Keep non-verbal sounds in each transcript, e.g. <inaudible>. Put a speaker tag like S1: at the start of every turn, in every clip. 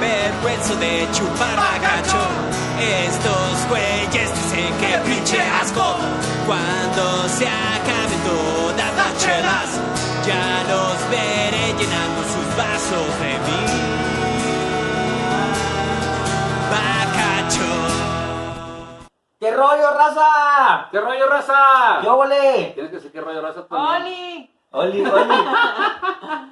S1: vergüenzo de chupar a gacho. Estos güeyes dicen que pinche asco. Cuando se acaben todas las chelas, ya los veré llenando sus vasos de mí. Bacacho.
S2: ¿Qué rollo, raza?
S3: ¿Qué rollo, raza?
S2: ¡Yo volé!
S3: Tienes que decir qué rollo, raza. pues,
S4: ¡Oli!
S2: Oli, oli.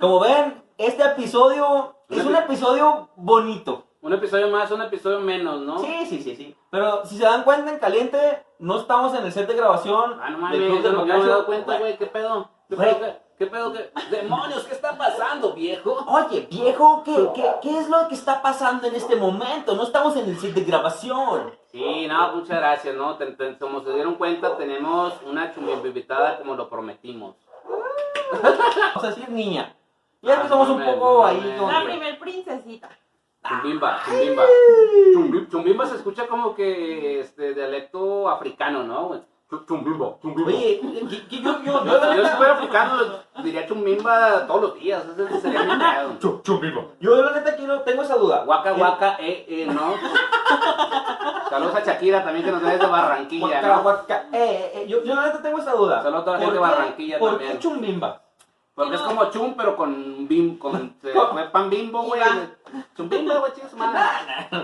S2: Como ven, este episodio es un episodio bonito.
S3: Un episodio más, un episodio menos, ¿no?
S2: Sí, sí, sí, sí. Pero si se dan cuenta, en caliente no estamos en el set de grabación.
S3: Ah, no
S2: del Club
S3: mames,
S2: del
S3: no me he
S2: Comercio.
S3: dado cuenta, güey. ¿Qué pedo? ¿Qué
S2: Güey.
S3: pedo? ¿Qué, qué pedo? ¿Qué- ¡Demonios! ¿Qué está pasando, viejo?
S2: Oye, viejo, ¿qué, qué, qué es lo que está pasando en este momento? No estamos en el set de grabación.
S3: Sí, no, muchas gracias, ¿no? Te- te- como se dieron cuenta, tenemos una chumbimba invitada como lo prometimos.
S2: Vamos a decir niña. Ya
S3: Ah,
S2: empezamos
S3: no
S2: un
S3: mames,
S2: poco
S3: no
S2: ahí
S3: mames.
S2: con...
S4: La primer princesita.
S3: Chumbimba, chumbimba. Chumbi- Chumbimba se escucha como que este dialecto africano, ¿no? güey? Chu- Chumbimba, chumbimba.
S2: Oye, que- que yo, yo,
S3: Yo,
S2: yo,
S3: yo si fuera africano diría chumbimba todos los días, ese sería mi pedo.
S2: yo la neta quiero, tengo esa duda.
S3: Guaca, guaca, eh, eh,
S2: <laughs>
S3: no. Saludos a Shakira también que nos ve desde Barranquilla,
S2: Guaca,
S3: ¿no?
S2: guaca. Eh, eh, yo, yo la neta tengo esa duda.
S3: Saludos a toda la
S2: ¿Por
S3: gente de
S2: qué-
S3: Barranquilla
S2: ¿por
S3: también.
S2: qué chumbimba?
S3: Porque es como chum, pero con bim, con
S2: <laughs>
S3: eh, fue pan bimbo, güey. Chumbimba, güey, chingas madre.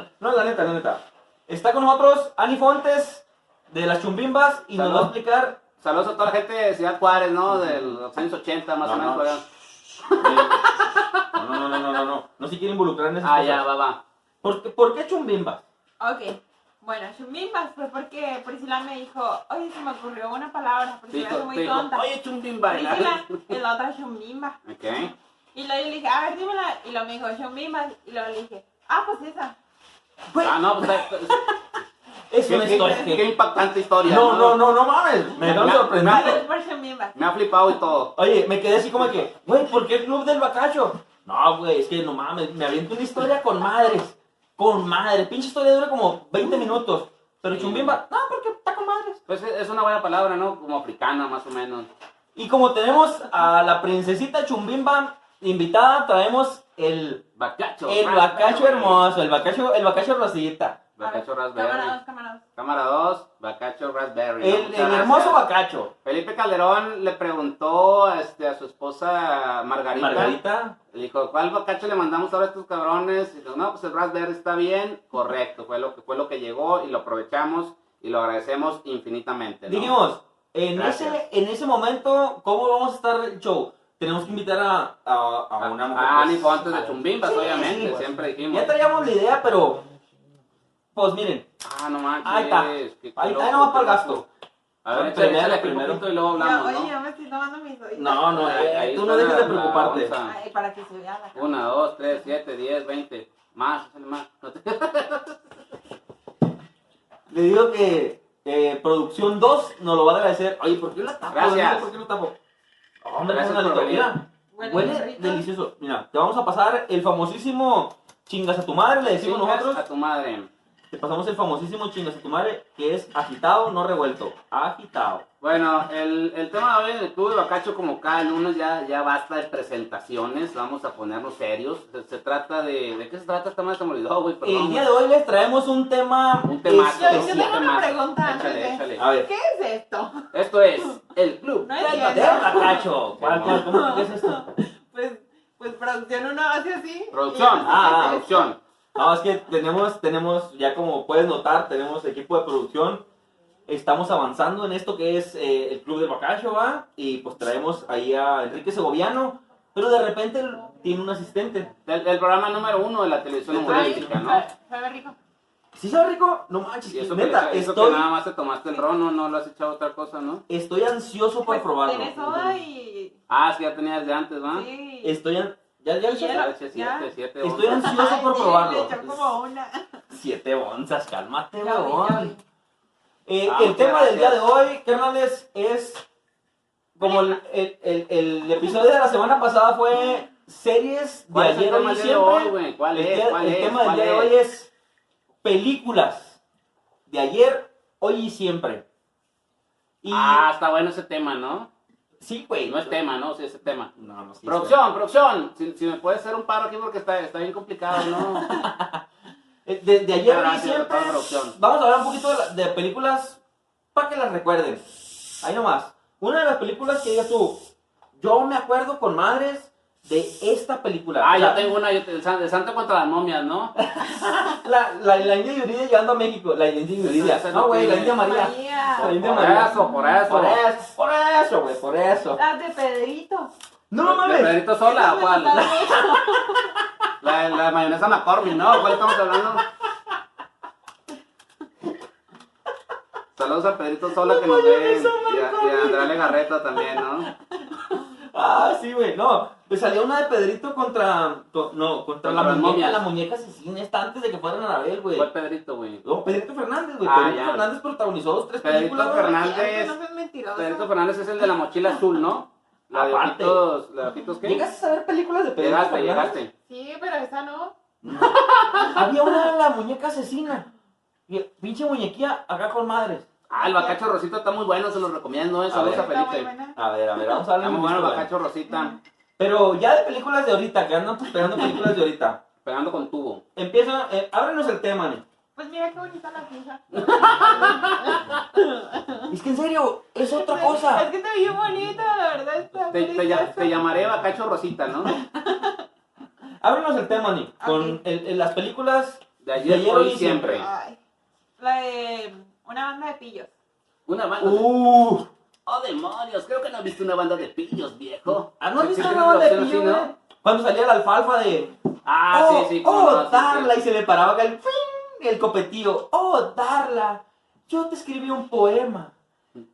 S2: <laughs> No, la neta, la neta. Está con nosotros Ani Fontes de las chumbimbas y nos
S3: Salud.
S2: va a explicar.
S3: Saludos a toda la gente de Ciudad Juárez, ¿no? De los años 80, más o menos. güey.
S2: No, no, no, no, no, no. No se quiere involucrar en esas
S3: Ah, ya,
S2: cosas.
S3: va, va.
S2: ¿Por, qué- ¿Por qué chumbimbas?
S4: Ok. Bueno, chumimbas fue porque Priscila me dijo, oye, se me ocurrió una palabra,
S3: Te
S4: Priscila
S3: dijo,
S4: es muy
S3: te dijo,
S4: tonta.
S3: oye, chumbimba. y la-
S4: Priscila, y la otra chumbimba.
S3: Ok. Ah,
S4: Y luego yo le dije, a ver, dímela. Y lo me dijo, chumbimba. Y luego le dije, ah, pues esa.
S2: Güey,
S3: Ah, no, pues. eh,
S2: es
S3: Qué,
S2: una historia.
S3: qué- qué- qué impactante historia.
S2: No, no, no, no mames. Me quedaron
S3: Me-
S4: A
S2: sorprendido.
S4: ver, por chumimbas.
S3: Me ha flipado y todo.
S2: Oye, me quedé así como que, güey, ¿por qué el club del bacacho? No, güey, es que no mames, me aviento una historia con madres. Con madres. Pinche historia dura como 20 minutos. Pero chumbimba, no, porque está con madres.
S3: Pues es es una buena palabra, ¿no? Como africana, más o menos.
S2: Y como tenemos a la princesita Chumbimba invitada, traemos el,
S3: Bacacho.
S2: el
S3: más,
S2: bacacho
S3: güey.
S2: hermoso, el bacacho, el bacacho rosita.
S3: Bacacho
S4: Cámara
S3: Raspberry.
S4: dos, cámara dos.
S3: Cámara 2, Bacacho Raspberry. ¿no?
S2: El,
S3: Muchas
S2: el
S3: gracias.
S2: hermoso bacacho.
S3: Felipe Calderón le preguntó este, a su esposa Margarita.
S2: Margarita.
S3: Le dijo, ¿cuál bacacho le mandamos ahora a estos cabrones? Y dijo, no, pues el Raspberry está bien. Correcto, fue lo que, fue lo que llegó y lo aprovechamos y lo agradecemos infinitamente. ¿no?
S2: Dijimos, en
S3: Gracias.
S2: ese, en ese momento, ¿cómo vamos a estar el show? Tenemos que invitar a, a, a
S3: a ah,
S2: una mujer.
S3: a
S2: pues,
S3: Ani Fontes
S2: a-
S3: de Chumbimbas,
S2: Sí,
S3: obviamente,
S2: sí, pues.
S3: siempre dijimos.
S2: Ya traíamos la idea, pero. Pues miren,
S3: Ah, no manches.
S2: Ahí está.
S3: qué- qué
S2: Ahí- ahí
S3: loco,
S2: nomás para el
S3: qué loco.
S2: gasto.
S3: A ver,
S2: Primero,
S3: échale, échale aquí un
S2: primero.
S3: poquito y luego
S4: Ya,
S3: hablamos,
S4: Oye,
S3: ¿no?
S4: yo me estoy tomando mis oídos.
S2: no, no,
S3: Ahí-
S2: eh,
S3: ahí
S2: tú
S3: está
S2: no dejes de
S3: la- la
S2: preocuparte.
S3: onza.
S4: Ay, para que se vea la cara.
S3: 1, 2, 3, 7, 10, 20. Más, échale más. No te-
S2: Le digo que eh, producción 2 nos lo va a agradecer. Oye, ¿por qué la tapo?
S3: Gracias.
S2: Amigo? ¿Por qué lo tapo? Hombre,
S3: Gracias
S2: una
S3: por
S2: letra.
S3: venir.
S2: Mira,
S4: Huele bien
S2: huele
S4: rico.
S2: delicioso. Mira, te vamos a pasar el famosísimo chingas a tu madre, le decimos
S3: Chingas
S2: nosotros.
S3: A tu madre.
S2: Te pasamos el famosísimo chingas a tu madre, que es agitado, no revuelto. Agitado.
S3: Bueno, el, el tema de hoy en el Club de Bacacho, como cada lunes, ya, ya basta de presentaciones. Vamos a ponernos serios. Se, se trata de. ¿De qué se trata esta madre? Se me olvidó, güey, perdón.
S2: El día de hoy les traemos un tema.
S3: Un temazo.
S4: Yo- yo
S2: especial.
S4: tengo una
S3: Temazo.
S4: pregunta
S3: Échale,
S4: antes de-
S3: échale.
S2: A ver.
S4: ¿Qué es esto? <laughs>
S3: Esto es el Club.
S4: No
S2: Del
S4: entiendo.
S2: bacacho. ¿Cuál, cuál, cómo, ¿Qué es esto?
S4: Pues, pues producción uno hace así.
S3: Producción.
S2: Ah, ah.
S3: producción.
S2: No, es que tenemos, tenemos, ya como puedes notar, tenemos equipo de producción. Estamos avanzando en esto que es eh, el Club del Bacacho, ¿va? Y pues traemos ahí a Enrique Segoviano, pero de repente él tiene un asistente.
S3: Del, del programa número uno de la televisión
S4: pues,
S2: Del
S3: humorística, ¿no?
S4: Fue rico.
S2: ¿Sí sabe rico? No manches,
S3: Y eso, que,
S2: neta,
S3: eso que
S2: estoy,
S3: nada más te tomaste el rono, no lo has echado otra cosa, ¿no?
S2: estoy ansioso por
S4: Pues,
S2: probarlo.
S4: Tienes soda y...
S3: Ah, sí, ya tenías de antes, ¿va?
S4: Sí.
S2: Estoy an- ¿Ya, ya lo
S4: Y
S2: echaste?
S4: era-
S3: H7,
S4: Ya.
S3: 7,
S2: Estoy
S3: 11.
S4: Ay,
S2: ansioso por
S4: sí,
S2: probarlo.
S4: Le echó como una.
S2: Siete onzas, cálmate,
S4: Ya vi, ya
S2: huevón.
S4: vi.
S2: Eh,
S3: Ah,
S2: el
S3: muchas
S2: tema del día
S3: gracias.
S2: de hoy, carnales, es como el, el- el- el episodio de la semana pasada fue series de
S3: ¿Cuál es el
S2: ayer, hoy y
S3: tema del día de hoy,
S2: siempre.
S3: güey? ¿Cuál
S2: el
S3: es?
S2: día-
S3: ¿Cuál
S2: el
S3: es?
S2: tema del
S3: ¿Cuál
S2: día de
S3: es?
S2: hoy es películas de ayer, hoy y siempre. Y
S3: Ah, está bueno ese tema, ¿no?
S2: Sí, güey.
S3: No es tema, ¿no? Sí, es tema.
S2: No, no, sí.
S3: producción, producción, si, si me puedes hacer un paro aquí porque está, está bien complicado, <laughs> ¿no?
S2: Eh, De, de ayer
S3: Gracias,
S2: y siempre.
S3: doctor producción.
S2: Vamos a hablar un poquito de, la- de películas para que las recuerden. Ahí nomás. Una de las películas que digas tú, yo me acuerdo con madres de esta película.
S3: Ah, yo
S2: la,
S3: tengo una, yo te- el, san- el santo contra las momias, ¿no?
S2: La, la, la India Yuridia llegando a México. La India Yuridia.
S3: Esa es
S2: No,
S3: lo
S2: güey, la
S3: que-
S2: India María. La
S4: María.
S2: India
S3: Por
S2: María.
S3: eso, por eso.
S2: Por eso, por eso, güey, por eso.
S4: Las de Pedrito.
S2: No
S3: ¿De- de
S2: mames.
S3: Pedrito Sola,
S4: Esas me
S3: ¿cuál?
S4: gustaban
S3: La, <laughs>
S4: mucho.
S3: la mayonesa McCormick, ¿no? ¿Cuál estamos <laughs> hablando? Saludos a Pedrito Sola que nos ve.
S2: mayonesa
S3: Y a, y a Andrea Legarreta también, ¿no?
S2: Ah, sí, güey. No, pues salía una de Pedrito contra. to- no, contra,
S3: Contra
S2: la
S3: las
S2: muñeca.
S3: momias.
S2: La muñeca asesina está antes de que fueran a Anabel, güey.
S3: ¿Cuál Pedrito, güey?
S2: No, Pedrito Fernández, güey.
S3: Ah,
S2: Pedrito
S3: ya.
S2: Fernández protagonizó dos, tres
S3: Pedrito
S2: películas. güey.
S3: Fernández.
S4: Ay, no seas mentiroso.
S3: Pedrito Fernández es el de la mochila azul, ¿no? La de
S2: Ah. Aparte.
S3: ojitos, la de ojitos, ¿qué?
S2: ¿Llegaste a saber películas de Pedrito
S3: Llegaste,
S2: Fernández?
S3: llegaste.
S4: Sí, pero esa no.
S2: Había una de la muñeca asesina. Y- Pinche muñequilla acá con madres.
S3: Ah, el bacacho Rosita está muy bueno, se lo recomiendo, eh. Saludos
S2: ver.
S3: a
S4: Está muy
S3: Felipe.
S4: buena.
S2: A ver, a ver, vamos a
S3: Está
S2: hablar
S3: muy
S2: un
S3: bueno el
S2: poquito, güey.
S3: bacacho Rosita.
S2: Pero ya de películas de ahorita, que andan esperando películas de ahorita.
S3: Pegando con tubo.
S2: Empieza, eh, ábrenos el tema, ne.
S4: Pues mira qué bonita la fija.
S2: Es que en serio, es otra cosa.
S4: Es que te vi bonita, la verdad. Está
S3: Te, te ya-
S4: preciosa.
S3: te llamaré bacacho Rosita, ¿no?
S2: Ábrenos el tema, Nick, con
S4: Ok.
S2: el- el- las películas.
S3: De ayer,
S2: De ayer,
S3: hoy
S2: hoy y
S3: y siempre.
S2: siempre.
S4: Ay. La de una banda de pillos.
S3: Una banda. de-
S2: Uh,
S3: Oh, demonios, creo que no viste una banda de pillos, viejo.
S2: ¿ah, ¿No has visto
S3: Sí,
S2: nada de
S3: sí,
S2: pillo,
S3: ¿no?
S2: güey? Cuando salía la alfalfa de.
S3: Ah,
S2: oh,
S3: sí, sí. cómo
S2: Oh,
S3: no, sí, sí.
S2: darla. Y se le paraba acá el. ¡fling! El copetío. Oh, darla. Yo te escribí un poema.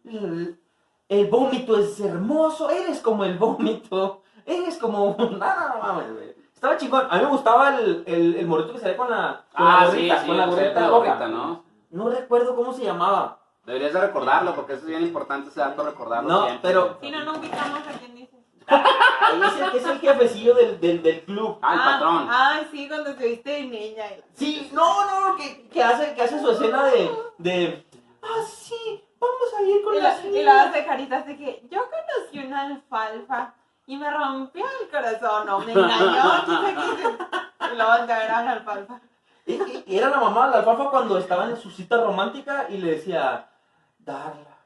S2: El, el vómito es hermoso. Eres como el vómito. Eres como. <laughs> No, no, no mames, güey. Estaba chingón. A mí me gustaba el, el, el morrito que salía con la. Con
S3: Ah,
S2: la
S3: sí,
S2: gorrita,
S3: sí,
S2: con la
S3: sí,
S2: gorrita
S3: la
S2: roja.
S3: gorrita, ¿no?
S2: No recuerdo cómo se llamaba.
S3: Deberías de recordarlo, porque eso es bien importante, ese dato recordarlo
S2: No,
S3: siempre.
S2: pero-
S4: Si no, no ubicamos a quien dice.
S2: Ahí es el que es el jefecillo del, del, del club.
S3: Ah, el patrón.
S4: Ay, sí, cuando te viste de niña. y la-
S2: Sí, no, no, que, que, hace, que hace su escena de, de. Ah, sí, vamos a ir con
S4: Y la,
S2: las
S4: y la hace caritas de que yo conocí una alfalfa y me rompió el corazón, o me engañó, quise, quise. Y luego te verás la alfalfa.
S3: Ah,
S2: Es que era la mamá de la alfalfa cuando estaba en su cita romántica y le decía, darla,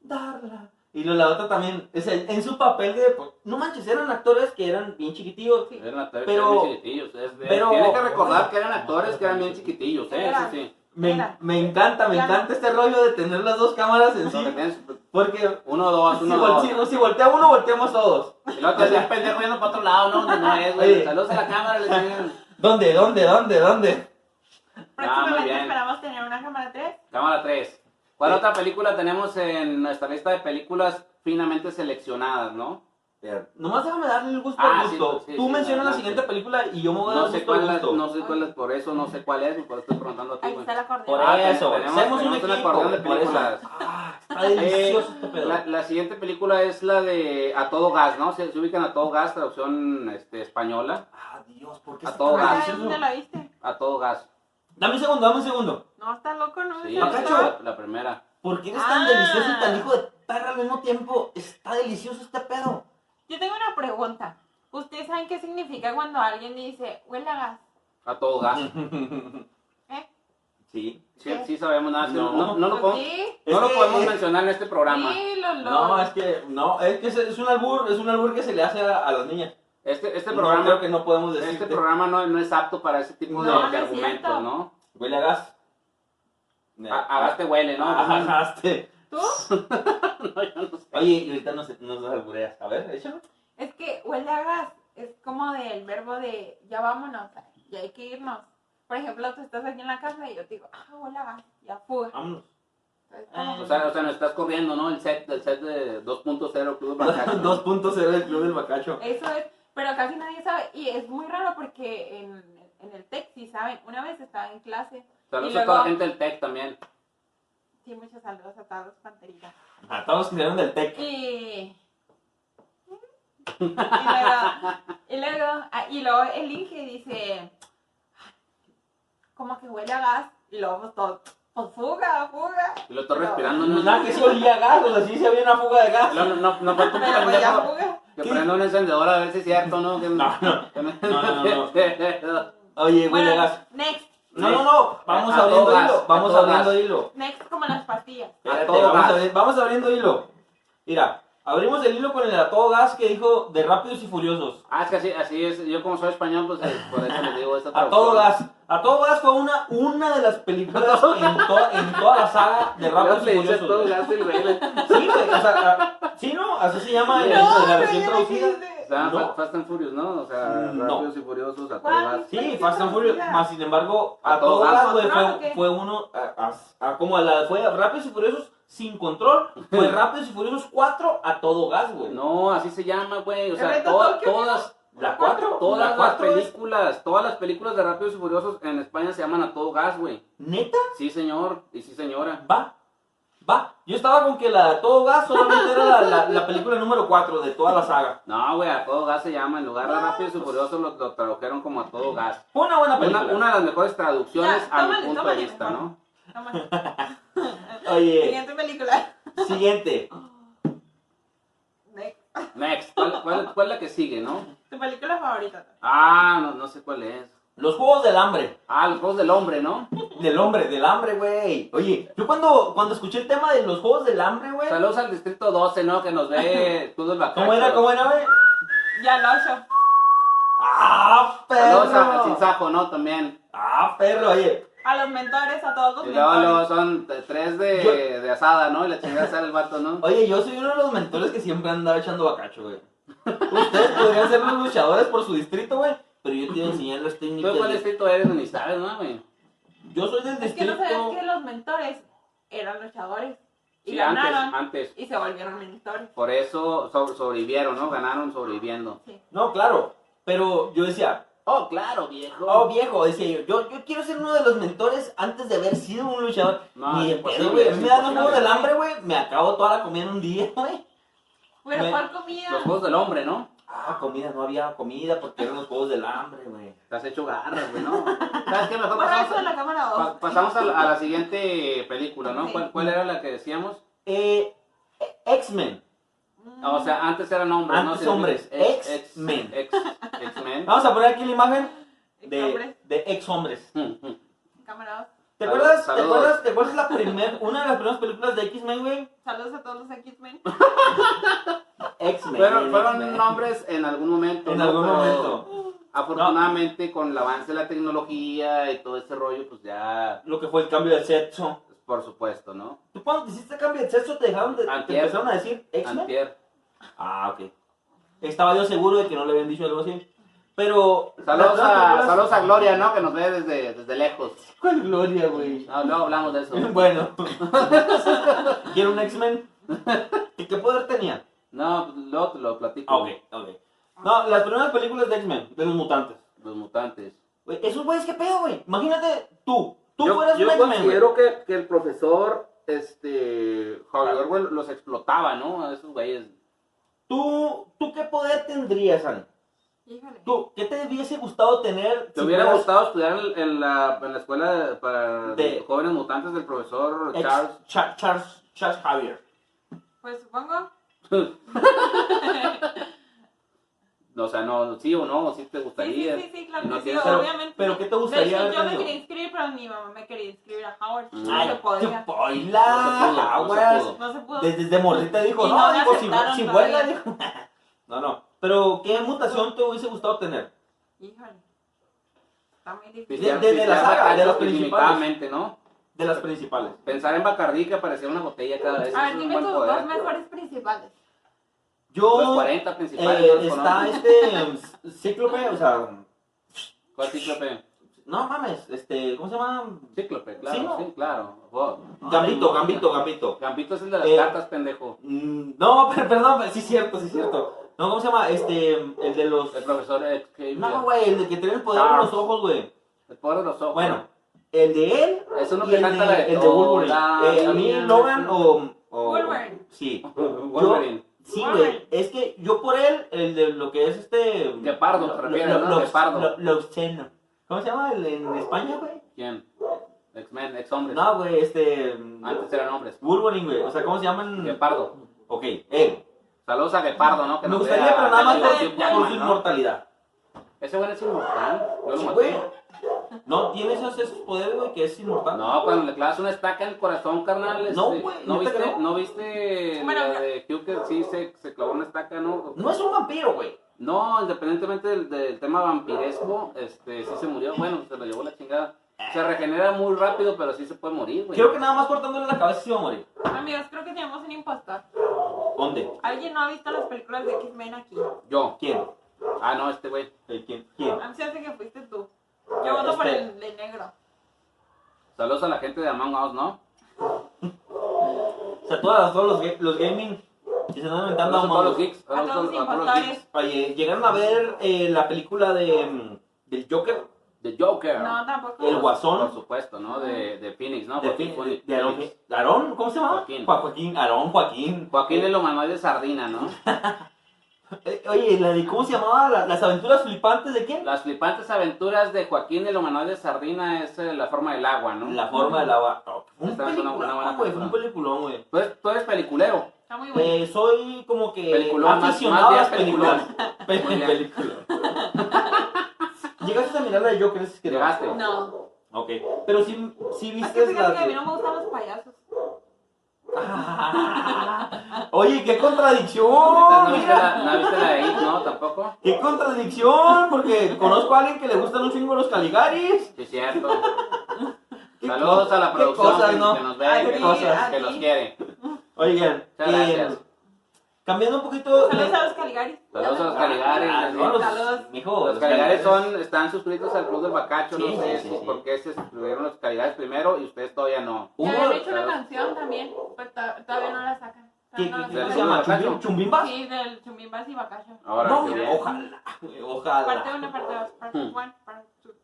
S2: darla. Y lo- la otra también, o sea, en su papel de. pues, No manches, eran actores que eran bien chiquitillos.
S3: Eran actores
S2: Pero-
S3: que eran bien chiquitillos. es de-
S2: pero-
S3: Tienes que recordar que eran actores que eran bien chiquitillos, ¿eh?
S4: Era.
S3: Sí, sí.
S2: Me,
S4: Era.
S2: me encanta, me
S4: Ya no.
S2: encanta este rollo de tener las dos cámaras en
S3: Entonces,
S2: sí.
S3: tienes
S2: Porque
S3: Uno, dos,
S2: si,
S3: Pues uno,
S2: vol-
S3: dos.
S2: si, si voltea uno, volteamos todos.
S3: El otro es un pendejo yendo para otro lado, ¿no? Donde no es,
S2: Oye.
S3: güey. Saludos a la cámara, les digan.
S2: ¿Dónde, dónde, dónde, dónde?
S3: muy
S4: Próximamente
S3: bien.
S4: esperamos tener una cámara 3.
S3: Cámara 3. ¿Cuál
S2: Sí.
S3: otra película tenemos en nuestra lista de películas finamente seleccionadas, no?
S2: Nomás déjame darle el gusto
S3: Ah,
S2: al gusto.
S3: sí, sí,
S2: Tú
S3: sí,
S2: mencionas la
S3: adelante.
S2: siguiente película y yo Oh, me voy a dar
S3: No sé
S2: gusto al
S3: cuál es,
S2: gusto.
S3: no sé cuál es por eso, no sé cuál es, y por eso estoy preguntando a ti,
S4: Ahí
S3: güey.
S4: está la
S2: Por
S4: coordenada.
S3: Ah,
S2: eso,
S3: tenemos-
S2: hacemos un
S3: tenemos un
S2: equipo.
S3: acordeón de
S2: por eso.
S3: películas.
S2: Ah, está delicioso este pedo.
S3: Eh, La, la siguiente película es la de A Todo Gas, ¿no? Se, se ubican a Todo Gas, traducción este, española.
S2: Ah, Dios, ¿por qué
S3: A
S2: está
S3: todo
S2: tan
S3: gas.
S4: Ay,
S2: delicioso?
S4: ¿Dónde la viste?
S3: A Todo Gas.
S2: Dame un segundo, dame un segundo.
S4: No, está loco, ¿no?
S3: Sí,
S4: ¿Esa
S3: esa es
S2: Pikachu.
S3: la, la primera.
S2: ¿Por qué eres tan
S4: Ah.
S2: delicioso y tan hijo de perra al mismo tiempo? Está delicioso este pedo.
S4: Yo tengo una pregunta. ¿Ustedes saben qué significa cuando alguien dice, huele a gas?
S3: A Todo Gas.
S4: ¿Eh?
S2: Sí.
S3: Sí, sí sabemos nada. sí, No, no, no lo,
S4: Pues
S3: podemos-
S4: sí,
S3: no lo
S2: Es que-
S3: podemos mencionar en este programa.
S4: sí,
S2: No,
S4: los
S2: es
S4: lobos.
S2: que no, es que es, es un albur, es un albur que se le hace a, a las niñas.
S3: Este, este
S2: No,
S3: programa...
S2: creo que no podemos decir.
S3: Este programa no, no es apto para ese tipo de,
S4: No, no
S3: de
S4: es
S3: argumentos,
S4: cierto.
S3: ¿no?
S2: Huele a gas.
S3: A, a gas te huele, ¿no?
S2: Ah,
S3: <laughs>
S2: gaste.
S4: ¿Tú?
S2: Oye, y ahorita nos, nos albureas. A ver, échalo.
S4: Es que huele a gas. Es como del verbo de ya vámonos, ya hay que irnos. Por ejemplo, tú estás aquí en la casa y yo te digo, ah, huele a gas, ya fuga.
S2: Vámonos.
S4: Entonces,
S2: Ah,
S4: como-
S3: O sea, o sea, nos estás corriendo, ¿no? El set, el set de 2.0 Club Bacacho.
S2: <laughs> 2.0 del Club del Bacacho.
S4: Eso es, pero casi nadie sabe. Y es muy raro porque en, en el texi, ¿saben? Una vez estaba en clase.
S3: Saludos
S4: y
S3: a toda la
S4: luego-
S3: gente del TEC también.
S4: Sí, muchos saludos a todos los panteritas.
S2: A todos los que salieron del TEC.
S4: Y. Y luego, y luego, ah, y luego el Inge dice, como que huele a gas, y luego pues, todos, pues fuga, fuga.
S3: Y lo estoy
S4: Pero-
S3: respirando. No,
S2: Nada, que se olía gas, o sea, sí se había una fuga de gas.
S3: No, no, no, no fue tu
S4: Pero pues ya
S3: pendejo.
S4: fuga.
S3: Que
S2: ¿Qué?
S3: prenda un encendedor a ver si es cierto o no. que-
S2: No, no.
S3: que me-
S2: No, no,
S3: <laughs>
S2: no, Oye, huele a gas.
S4: Bueno, next,
S2: No, no, no, vamos
S3: A
S2: abriendo
S3: todo gas,
S2: hilo,
S3: a
S2: vamos
S3: todo
S2: abriendo
S3: gas.
S2: hilo.
S4: next como las pastillas.
S2: Espérate,
S3: A todo
S2: vamos,
S3: gas.
S2: abri- vamos abriendo hilo. Mira, abrimos el hilo con el a todo gas que dijo de Rápidos y Furiosos.
S3: Ah, es que así, así es. Yo como soy español, pues eh, por eso les digo esta
S2: <laughs> A todo
S3: traducción.
S2: gas. A todo gas fue una, una de las películas en, to- en toda la saga de
S3: Yo
S2: Rápidos
S3: le
S2: y
S3: dice
S2: Furiosos.
S3: todo
S2: güey.
S3: gas el
S2: <laughs>
S3: güey. le-
S2: Sí, güey, o sea, a- sí, ¿no? Así se llama en la-
S4: No,
S2: en la
S4: pero
S2: versión
S4: ya me
S2: traducida.
S3: O
S4: dijiste.
S3: sea,
S2: No. Mm,
S3: Fa- Fast and Furious, ¿no? O sea,
S2: No.
S3: Rápidos y Furiosos, a todo
S4: ¿Cuál?
S3: gas.
S2: Sí, Fast and Furious, más sin embargo, a,
S3: A todo
S2: todo
S3: gas.
S2: gas, güey,
S4: ¿Control o
S2: fue,
S4: qué?
S2: fue uno, a, a- a- como a la, fue Rápidos y Furiosos sin control, <laughs> fue Rápidos y Furiosos 4 a todo gas, güey.
S3: No, así se llama, güey. O sea,
S4: Reto
S3: toda-
S4: Tokio,
S3: todas,
S2: La 4,
S3: todas
S2: la
S3: las
S2: 4 es,
S3: películas, todas las películas de Rápidos y Furiosos en España se llaman a todo gas, güey.
S2: neta,
S3: Sí, señor, y sí, señora.
S2: va, va. Yo estaba con que la de todo gas solamente era la, la- la película número 4 de toda la saga.
S3: No, güey, a todo gas se llama. En lugar de Rápidos y Furiosos lo, lo tradujeron como a todo gas.
S2: Fue una buena película.
S3: Una, una de las mejores traducciones
S4: Ya,
S3: a
S4: tómale,
S3: mi punto
S4: tómale,
S3: de vista,
S4: mejor.
S3: ¿no?
S4: Toma.
S3: <laughs>
S2: Oye,
S4: Siguiente película.
S2: siguiente.
S4: Next.
S3: Next, ¿cuál, cuál, cuál es la que sigue, no?
S4: ¿Tu película favorita?
S3: Ah, no, no sé cuál es.
S2: Los Juegos del Hambre.
S3: Ah, los juegos del hombre, ¿no?
S2: Del hombre, del hambre, güey. Oye, yo cuando, cuando escuché el tema de los Juegos del Hambre, güey.
S3: Saludos al distrito 12, ¿no? Que nos ve todo el bacacho.
S2: ¿Cómo era, cómo era, güey?
S4: Ya lo ocho.
S2: ¡Ah,
S3: Saludos al sin
S2: perro!
S3: sajo, ¿no? También.
S2: ¡Ah, perro! Oye,
S4: A los mentores, a todos los
S3: Y luego,
S4: mentores.
S3: luego son t- tres
S2: Yo-
S3: de, de asada, ¿no? Y la chingada sale el vato, ¿no?
S2: oye, yo soy uno de los mentores que siempre andaba echando bacacho, güey. Ustedes podrían ser los luchadores por su distrito, güey. Pero yo te voy a enseñar las
S3: ¿Tú
S2: técnicas.
S3: de cuál
S2: de-
S3: distrito eres? Ni sabes, ¿no, güey?
S2: Yo soy del
S4: Es que no
S2: distrito.
S4: sabías que los mentores eran luchadores. Y
S3: Sí, antes,
S4: ganaron.
S3: antes.
S4: Y se volvieron mentores.
S3: Por eso so- sobrevivieron, ¿no? Ganaron sobreviviendo.
S4: Sí.
S2: No, claro. Pero yo decía,
S3: Oh, claro, viejo.
S2: oh viejo, decía yo, yo, yo quiero ser uno de los mentores antes de haber sido un luchador.
S3: No,
S2: Ni de
S3: es
S2: pedo,
S3: imposible,
S2: güey. A
S3: es
S2: mí me dan los
S3: imposible.
S2: juegos del hambre, güey. Me acabo toda la comida en un día, <laughs> güey.
S4: Pero
S2: Me-
S4: ¿cuál comida?
S3: Los juegos del hombre, ¿no?
S2: Ah, comida, no había comida porque eran los juegos del hambre, güey.
S3: Te has hecho garras, güey, ¿no? ¿Sabes qué? Mejor
S4: Borra eso
S3: pasamos,
S4: de la cámara
S3: pa-
S4: 2.
S3: pasamos a, la, a la siguiente película, ¿no?
S4: Sí.
S3: ¿Cuál, cuál era la que decíamos?
S2: Eh, X-Men.
S3: Ah, O sea, antes eran hombres, ¿no?
S2: Antes
S3: Sí,
S2: hombres.
S3: ex-
S2: Ex-men.
S3: ex-
S2: <laughs>
S3: Ex-men.
S2: Vamos a poner aquí la imagen
S4: Cámara
S2: de, de ex hombres.
S4: Mm, cámara
S2: ¿Te
S3: Salud-
S2: acuerdas, ¿te
S3: saludos.
S2: acuerdas, te acuerdas la primer, una de las primeras películas de X-Men, güey?
S4: 2. Saludos a todos
S3: <laughs>
S4: los X-Men.
S2: X-Men.
S3: Fueron,
S2: X-Men.
S3: fueron nombres en algún momento.
S2: En
S3: ¿no?
S2: algún
S3: Pero
S2: momento.
S3: Afortunadamente, con el avance de la tecnología y todo ese rollo, pues ya,
S2: Lo que fue el cambio de sexo.
S3: por supuesto, ¿no?
S2: ¿Tú cuando te hiciste cambio de sexo te dejaron de, te
S3: Antier.
S2: empezaron a decir X-Men?
S3: Antier.
S2: Ah, ok. Estaba yo seguro de que no le habían dicho algo así. Pero.
S3: Saludos
S2: las
S3: a,
S2: primeras
S3: saludos a Gloria, ¿no? Que nos ve desde, desde lejos.
S2: películas- ¿Cuál gloria, güey? <laughs>
S3: No, luego hablamos de eso. <laughs>
S2: Bueno. ¿Quiero un X-Men? ¿Y qué poder tenía?
S3: No, pues, luego te lo platico.
S2: Ah, ok, ok. No, las primeras películas de X-Men, de los mutantes.
S3: Los mutantes.
S2: Güey, esos güeyes, qué pedo, güey. Imagínate tú. Tú
S3: yo,
S2: fueras
S3: yo
S2: un X-Men, güey.
S3: considero que, que el profesor, este, Javier Orwell los explotaba, ¿no? A esos güeyes.
S2: ¿Tú, ¿Tú qué poder tendrías, Ana?
S4: Híjole.
S2: ¿Tú, ¿Qué te hubiese gustado tener?
S3: ¿Te
S2: si
S3: hubiera
S2: fueras
S3: gustado estudiar en, en la, en la escuela de- para
S2: De-
S3: jóvenes mutantes del profesor
S2: ex-
S3: Charles?
S2: Cha- Charles, Charles Javier.
S4: Pues supongo.
S3: O sea, no, sí o no, sí te
S4: Sí,
S3: gustaría.
S4: sí, sí, sí, claro
S3: No
S4: que sí,
S3: tienes-
S2: pero-
S4: obviamente.
S2: pero
S4: sí.
S2: ¿qué te gustaría
S4: De hecho, yo
S2: haber
S4: me
S2: tenido?
S4: quería inscribir, pero mi mamá me quería inscribir a Howard.
S3: Mm.
S4: No
S2: Ay,
S4: se podía.
S3: No se pudo,
S2: spoila,
S3: no se
S2: aguas.
S3: pudo.
S4: No se pudo.
S2: Desde, desde morrita dijo,
S4: Y
S2: no,
S4: no la
S2: dijo, si,
S4: aceptaron
S2: si
S4: todavía.
S2: vuela, dijo. <laughs> No, no. Pero, ¿qué mutación te hubiese gustado tener?
S4: Híjole. Está muy difícil.
S3: Pistear-
S2: de- de la
S3: pistear
S2: saga,
S3: bacacho
S2: de los principales.
S3: ilimitadamente, ¿no?
S2: De las principales.
S3: Pensar en Bacardí que aparecía una botella cada vez.
S4: A
S3: eso
S4: ver,
S3: es
S4: dime
S3: un buen
S4: tus
S3: poder.
S4: dos mejores principales.
S3: Los
S2: Yo,
S3: 40 principales.
S2: eh,
S3: ¿no?
S2: está
S3: Con-
S2: este em, cíclope, o sea,
S3: ¿Cuál cíclope?
S2: no mames, este, ¿cómo se llama?
S3: Cíclope, claro,
S2: Sí,
S3: sí,
S2: ¿no? Ah,
S3: claro. Oh,
S2: Gambito,
S3: ay,
S2: gambito,
S3: no.
S2: gambito.
S3: Gambito es el de las
S2: Eh,
S3: cartas, pendejo.
S2: Mm, No, <laughs> pero, perdón, pero sí es cierto, sí es cierto. No, ¿cómo se llama? Este, el de los...
S3: El profesor Ah. Xavier.
S2: No, güey, el de que tiene el poder en los ojos, güey.
S3: El poder de los ojos.
S2: Bueno, el de él
S3: Es uno
S2: y
S3: que
S2: el
S3: canta la
S2: de,
S3: de
S2: el de Wolverine.
S3: Hola,
S2: Eh, a mí
S3: Damián.
S2: Logan o... o-
S4: Wolverine.
S2: Sí.
S3: <laughs> Wolverine.
S2: Sí, güey.
S4: Wolverine.
S2: Es que yo por él, el de lo que es este...
S3: Guepardo, te refieres, ¿no?
S2: lo-
S3: Guepardo.
S2: lo- lo obsceno. ¿Cómo se llama el en España, güey?
S3: ¿Quién? X-Men, ex-hombres.
S2: No, güey, este.
S3: Antes eran hombres.
S2: Wolverine, güey. O sea, ¿cómo se llaman?
S3: Gepardo.
S2: Ok, él.
S3: Saludos a Gepardo, ¿no? Que
S2: Me
S3: nos
S2: gustaría,
S3: vea
S2: pero nada más
S3: Hugh
S2: de-
S3: Jackman,
S2: por su
S3: ¿no?
S2: inmortalidad.
S3: Ese güey es inmortal. Yo lo
S2: Sí,
S3: maté.
S2: güey. No tiene esos, esos poderes, güey, que es inmortal.
S3: No, cuando le clavas una estaca en el corazón, carnal. este,
S2: No, güey,
S3: ¿no,
S2: ¿no te
S3: viste,
S2: creo?
S3: ¿No viste
S4: Bueno,
S3: la
S4: no.
S3: de Hugh que sí se, se clavó una estaca, no?
S2: No es un vampiro, güey.
S3: No, independientemente del, del tema vampiresco, este, sí se murió. Bueno, se lo llevó la chingada. Se regenera muy rápido, pero sí se puede morir, güey.
S2: Creo que nada más cortándole la cabeza se iba a morir.
S4: Amigos, creo que tenemos un impostor.
S2: ¿Dónde?
S4: ¿Alguien no ha visto las películas de X-Men aquí?
S3: Yo.
S2: ¿Quién?
S3: Ah, no, este güey.
S2: Eh, ¿Quién? ¿Quién?
S4: A mí se hace que fuiste tú. Yo voto por
S2: Este-
S4: el de negro.
S3: Saludos a la gente de Among Us, ¿no?
S2: O sea, todas las- todos los, ga- los gaming que se están inventando
S3: Saludos a todos los
S2: Among Us.
S3: geeks.
S4: A
S3: Saludos
S4: todos los
S3: a todos los geeks.
S4: impostores.
S2: Oye, llegaron a ver eh, la película de, mm, del Joker,
S3: The Joker.
S4: No, tampoco.
S2: el
S3: Por
S2: Guasón,
S3: supuesto, ¿no? De, de Phoenix, ¿no?
S2: Ah. de,
S3: Ah, Joaquín
S2: de,
S3: Phoenix.
S2: de Aarón, de Aarón, ¿cómo se llama?
S3: Joaquín.
S2: Joa- Joaquín, Aarón, Joaquín.
S3: Joaquín el humanoide sardina, ¿no?
S2: Eh, oye, la de, ¿cómo se llamaba? La- las aventuras flipantes de quién?
S3: Las flipantes aventuras de Joaquín el humanoide sardina es eh, la forma del agua, ¿no?
S2: La forma del agua. Oh, fue un
S3: Esta es una- una buena
S2: peliculón, güey, fue un
S3: película.
S2: peliculón, güey.
S3: Tú eres, tú eres peliculero.
S4: Está muy bueno.
S2: Eh, soy como que
S3: Peliculón, más-
S2: aficionado
S3: más
S2: a
S3: bien
S2: las películas. Pe-
S3: Muy
S2: <laughs>
S3: bien. <laughs>
S2: Peliculón. Llegaste a mirar la de Joker, es que
S3: Llegaste.
S4: No.
S2: Ok, pero sí, sí
S4: Es
S2: viste
S4: que fíjate que
S2: la...
S4: a mí no me gustan los payasos.
S2: <laughs> Oye, qué contradicción.
S3: Entonces, ¿no, viste
S2: Oh, mira.
S3: la, no viste la de It, ¿no? Tampoco.
S2: Qué contradicción, porque conozco a alguien que le gustan un chingo los Caligaris.
S3: Sí, es cierto.
S2: <laughs> Qué
S3: Saludos
S2: co-
S3: a la
S2: qué
S3: producción
S2: cosas,
S3: que,
S2: ¿no?
S3: que nos ve,
S2: Ay,
S3: y
S2: qué
S3: que,
S2: cosas.
S3: que
S4: Aquí.
S3: los quiere.
S2: Oigan,
S3: Muchas
S2: eh,
S3: gracias.
S2: cambiando un poquito...
S4: Saludos a los Caligaris.
S3: Saludos a los Caligaris.
S2: Ah, no, los-
S4: Saludos.
S2: mijo,
S3: Los Caligares son, están suscritos al Club del Bacacho,
S2: Sí,
S3: no sé
S2: sí, sí,
S3: si
S2: sí.
S3: por qué se suscribieron los Caligares primero y ustedes todavía no.
S4: Ya
S2: Uno,
S4: habían hecho una
S3: saludos.
S4: canción también, pero to- todavía no la sacan.
S2: ¿qué,
S4: Todavía no la
S2: qué- qué se
S4: sacan.
S2: llama? ¿Chumbi- ¿Chumbimbas?
S4: Sí, del Chumbimbas y Bacacho.
S3: Ahora,
S2: No,
S3: qué bien.
S2: ojalá, güey,
S4: Parte
S2: ojalá.
S4: 1, parte 2, parte
S3: Hmm.
S4: 1, parte 2.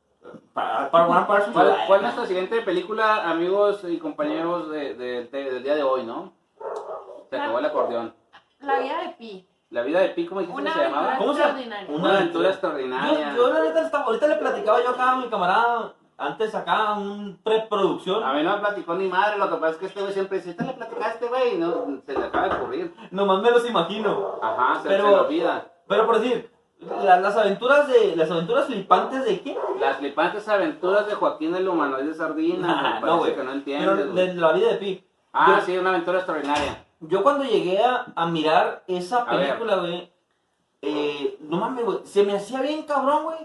S2: Para, para, para, para-
S3: ¿Cuál, cuál es nuestra siguiente película, amigos y compañeros de- de- de- del día de hoy, no? Se acabó el acordeón.
S4: La vida de Pi.
S3: La vida de Pi, ¿cómo dijiste
S4: Una
S3: que se llamaba?
S4: aventura
S2: ¿Cómo se llama?
S4: extraordinaria.
S2: Una
S3: Una aventura
S2: Yo,
S3: extraordinaria.
S2: yo la neta, le estaba- ahorita le platicaba yo acá a mi camarada, antes acá, un preproducción.
S3: A mí no me platicó ni madre, lo que pasa es que este güey siempre dice, te le platicaste, güey, y no, se le acaba de ocurrir.
S2: Nomás me los imagino.
S3: Ajá, se,
S2: Pero-
S3: se le olvida.
S2: Pero por decir, la- las aventuras de las aventuras flipantes de quién?
S3: Las flipantes aventuras de Joaquín el humanoide sardina,
S2: Nah,
S3: me
S2: Ah, no,
S3: parece
S2: güey.
S3: que no
S2: Pero
S3: entiendes, güey.
S2: de la vida de Pi.
S3: Ah,
S2: yo-
S3: sí, una aventura extraordinaria.
S2: Yo cuando llegué a, a mirar esa
S3: A ver.
S2: película, güey, eh, no mames, güey, se me hacía bien cabrón, güey,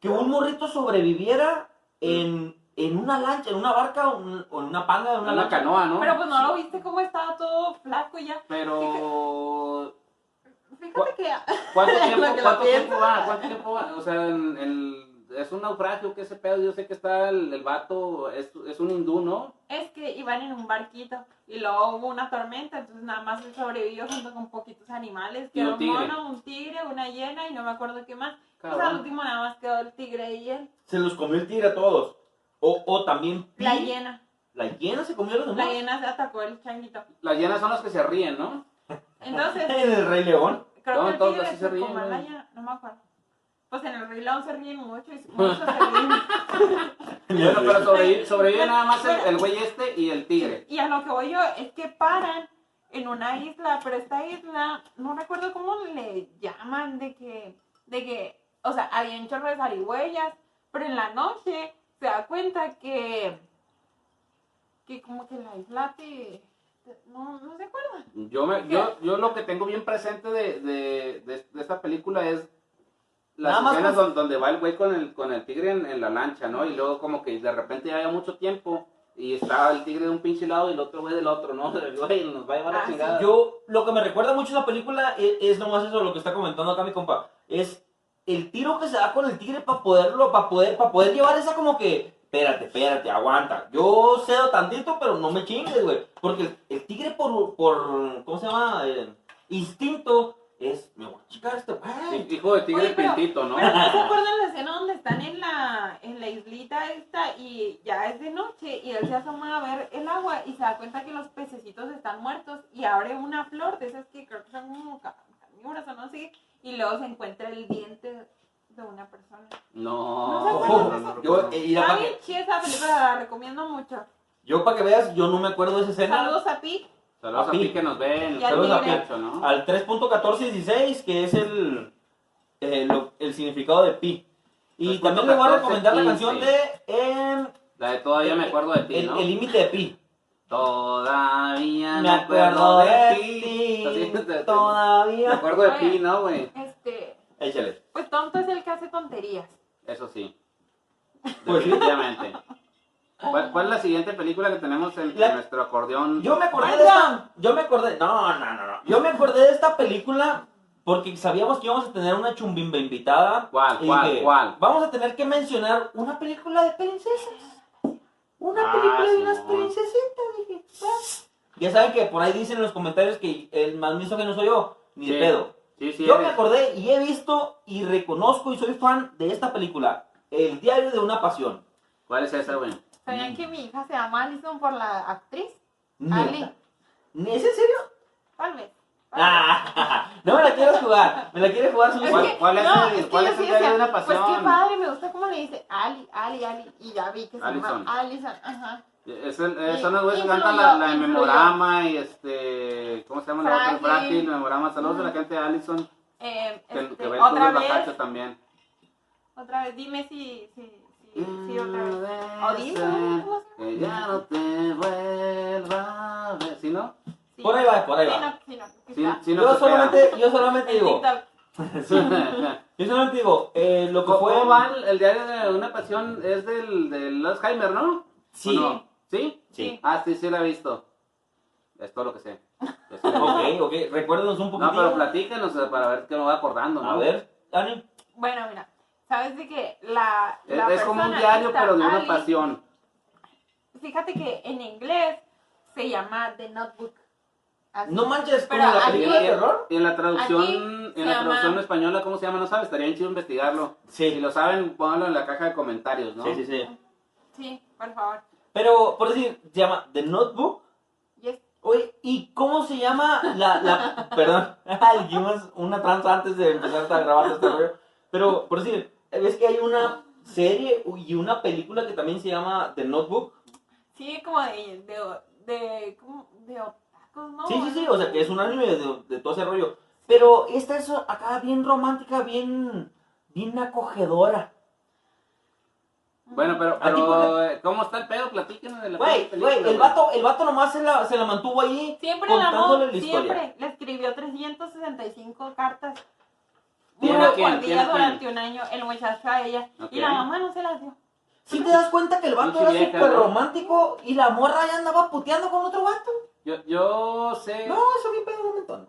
S2: que un morrito sobreviviera en, en una lancha, en una barca un- o en una panga, en una,
S3: Una,
S2: lancha.
S3: canoa, ¿no?
S4: Pero pues no lo viste cómo estaba todo flaco y ya.
S3: Pero...
S4: Fíjate que. <laughs>
S3: ¿Cuánto
S4: Lo
S3: tiempo,
S4: que lo
S3: cuánto
S4: piensa.
S3: tiempo va? ¿Cuánto tiempo va? O sea, en- en- es un naufragio, ¿qué ese pedo? Yo sé que está el, el vato, es, es un hindú, ¿no?
S4: Es que iban en un barquito y luego hubo una tormenta, entonces nada más se sobrevivió junto con poquitos animales,
S3: Y un
S4: que era un
S3: tigre.
S4: mono, un tigre, una hiena y no me acuerdo qué más. Pues al
S3: Cabrón.
S4: último nada más quedó el tigre y él,
S2: Se los comió el tigre a todos. O, o también Pi.
S4: la hiena.
S2: La hiena se comió a los
S4: La
S2: demás.
S4: hiena se atacó el changuito.
S3: Las hienas son las que se ríen, ¿no?
S4: Entonces,
S2: En el Rey León.
S4: creo
S3: No,
S4: que el
S3: todos
S4: tigre
S3: así
S4: se,
S3: se ríen,
S4: comió a la
S3: ¿no?
S4: hiena, no me acuerdo. Pues en el Rey León se ríen mucho y
S3: <laughs>
S4: muchos se ríen.
S3: Bueno, pero sobrevive, sobrevive
S4: Bueno,
S3: nada más el,
S4: bueno.
S3: el güey este y el tigre.
S4: Y a lo que voy yo es que paran en una isla, pero esta isla, no recuerdo cómo le llaman, de que, de que, o sea, había un chorro de zarigüeyas, pero en la noche se da cuenta que, que como que la isla te, te- no, no se acuerda.
S3: Yo, me, yo, yo lo que tengo bien presente de, de, de- de esta película es las
S2: Nada más
S3: escenas
S4: pues-
S2: con-
S3: don- donde, va el güey con el, con el tigre en, en la lancha, ¿no? Y luego como que de repente ya había mucho tiempo y estaba el tigre de un pinche lado y el otro güey del otro, ¿no? <laughs> El güey nos va a llevar
S4: Ah,
S3: la
S4: sí.
S3: chingada.
S2: Yo, lo que me recuerda mucho esa película es, es nomás eso, lo que está comentando acá mi compa. Es el tiro que se da con el tigre para poderlo, para poder, para poder llevar esa como que, espérate, espérate, aguanta. Yo cedo tantito, pero no me chingues, güey. Porque el, el tigre por, por, ¿cómo se llama? Eh, instinto es, me voy a chingar a este güey.
S3: Hijo de tigre
S4: Oye, pero-
S3: pintito, ¿no?
S4: Pero
S2: <laughs>
S4: no se acuerdan la escena donde están en la, en la islita esta y ya es de noche y él se asoma a ver el agua y se da cuenta que los pececitos están muertos y abre una flor de esas que creo que son como ca- carnívoras o no sé y luego se encuentra el diente de una persona.
S3: No.
S4: No se
S3: no, no,
S2: Yo,
S3: no.
S2: eh, mira,
S4: Está
S2: pa'
S4: bien
S2: que-
S4: chida esa película, la recomiendo mucho.
S2: yo para que veas, yo no me acuerdo de esa escena.
S4: Saludos a Pi.
S3: Saludos a
S2: Papi.
S3: ti que nos ven.
S4: Y al
S3: Saludos a
S4: tigre.
S3: Picho, ¿no?
S2: al 3.1416, que es el, eh, lo- el significado de pi. Y también le voy a recomendar la canción de em,
S3: La de todavía me acuerdo de ti,
S2: El
S3: ¿no?
S2: el límite de pi.
S3: Todavía
S2: Me acuerdo de
S3: Así, <laughs>
S2: ti.
S3: te- te- Me
S2: Todavía.
S3: acuerdo de
S4: Oye.
S3: ti, ¿no, güey?
S4: Este,
S2: Échale.
S4: pues tonto es el que hace tonterías.
S3: Eso sí.
S2: <laughs> Pues sí.
S3: Definitivamente. ¿Cuál, cuál es la siguiente película que tenemos en
S2: La-
S3: nuestro acordeón?
S2: Yo me acordé de esta. Yo me acordé. No, no, no, no. Yo me acordé de esta película porque sabíamos que íbamos a tener una chumbimba invitada.
S3: ¿Cuál,
S2: Y
S3: cuál,
S2: dije,
S3: cuál?
S2: Vamos a tener que mencionar una película de princesas. Una
S3: Ah,
S2: película de unas
S3: Simón.
S2: princesitas. Dije, "Ah". Ya saben que por ahí dicen en los comentarios que el más que no soy yo. Ni de
S3: Sí.
S2: pedo.
S3: Sí, sí.
S2: Yo
S3: eres.
S2: me acordé y he visto y reconozco y soy fan de esta película, El diario de una pasión.
S3: ¿Cuál es esa, güey?
S4: ¿Sabían que mi hija se llama Alison por la actriz?
S2: Mm. Neta.
S4: Ali,
S2: ¿Es en serio?
S4: tal vez. tal vez.
S2: Ah, <laughs> no me la quiero jugar, me la quiere jugar su
S4: Es
S3: ¿Cuál-
S4: que-
S3: cuál es
S4: no,
S3: el-
S4: es que
S3: cuál
S4: yo
S3: es el
S4: sí
S3: diario de
S4: decía,
S3: una
S4: Pues
S3: pasión?
S4: qué padre, me gusta cómo le dice Ali, Ali, Ali. Y ya vi que se
S3: Allison.
S4: llama Alison. Ajá.
S3: Es el- eh,
S4: Y-
S3: son los güeyes que
S4: influyó,
S3: cantan la, la de
S4: influyó.
S3: Memorama y este. ¿Cómo se llama la otra?
S4: Frágil.
S3: Frágil, Memorama. Saludos a la gente de Allison
S4: Eh,
S3: que,
S4: este,
S3: que ve el
S4: otra
S3: club de
S4: vez,
S3: Bacacho también.
S4: otra vez, dime si, si, si,
S3: Mm.
S4: si otra vez.
S3: O
S4: dime, ¿cómo se
S3: Que ya no te vuelva a ver. ¿Sí, no?
S4: Sí.
S2: Por ahí va, por ahí
S4: Sí,
S2: va.
S4: no, sí, no, sí
S3: Sí,
S4: está.
S3: sí no
S2: Yo
S3: se <laughs>
S2: solamente, yo solamente
S4: En
S2: digo,
S4: TikTok.
S2: <laughs> yo solamente digo, eh, lo que fue
S3: ¿Cómo van? El diario de una pasión es del, del Alzheimer, ¿no?
S2: Sí,
S3: ¿O no? ¿Sí?
S2: sí.
S3: Ah, sí, sí la he visto. Es todo lo
S2: <laughs>
S3: que sé. Yo sí la he visto.
S2: Ok, ok, recuérdenos un
S3: No,
S2: poquitito.
S3: pero platícanos eh, para ver qué me voy acordando, ¿no?
S2: A ver, Dani.
S4: Bueno, mira, sabes de que la,
S3: Es,
S4: la
S3: es como un
S4: persona
S3: diario,
S4: esta,
S3: pero de una
S4: Ali,
S3: pasión.
S4: Fíjate que en inglés se llama The Notebook. Así.
S2: No manches, como
S4: Pero
S2: la
S4: aquí-
S2: película de terror.
S3: Y en la traducción,
S4: Aquí se
S3: en la
S4: llama-
S3: traducción española, ¿cómo se llama? No sabes, estaría bien chido investigarlo. Si
S2: Sí,
S3: lo saben, pónganlo en la caja de comentarios, ¿no?
S2: sí, sí, sí.
S4: Sí, por favor.
S2: Pero, por decir, se llama The Notebook.
S4: Yes.
S2: Oye, ¿y cómo se llama la, la <laughs> perdón, dijimos una tranza antes de empezar a grabar este rollo, pero por decir, ves que hay una serie y una película que también se llama The Notebook,
S4: Sí, como de, de, de, como de otakus, ¿no?
S2: sí, sí, sí, o sea que es un anime de, de todo ese rollo, pero esta es acá bien romántica, bien, bien acogedora,
S3: Bueno, pero,
S2: Aquí
S3: pero eh, ¿cómo está el pedo? Platíquenos de la
S2: güey,
S3: película,
S2: güey, el vato, el vato nomás se la, se la mantuvo ahí
S4: Siempre la amó,
S2: contándole la historia,
S4: siempre. Le escribió 365 cartas.
S3: ¿Quién a
S4: Una
S3: quién?
S4: por
S3: ¿Quién a
S4: día
S3: quién?
S4: durante un año, el muchacho a ella.
S3: Ok.
S4: Y la mamá no se las dio.
S2: si te das cuenta que el vato
S3: Pinche
S2: era
S3: vieja,
S2: súper
S3: ¿no?
S2: romántico y la morra ya andaba puteando con otro vato,
S3: Yo, yo sé
S2: no, eso bien pedo no me entona.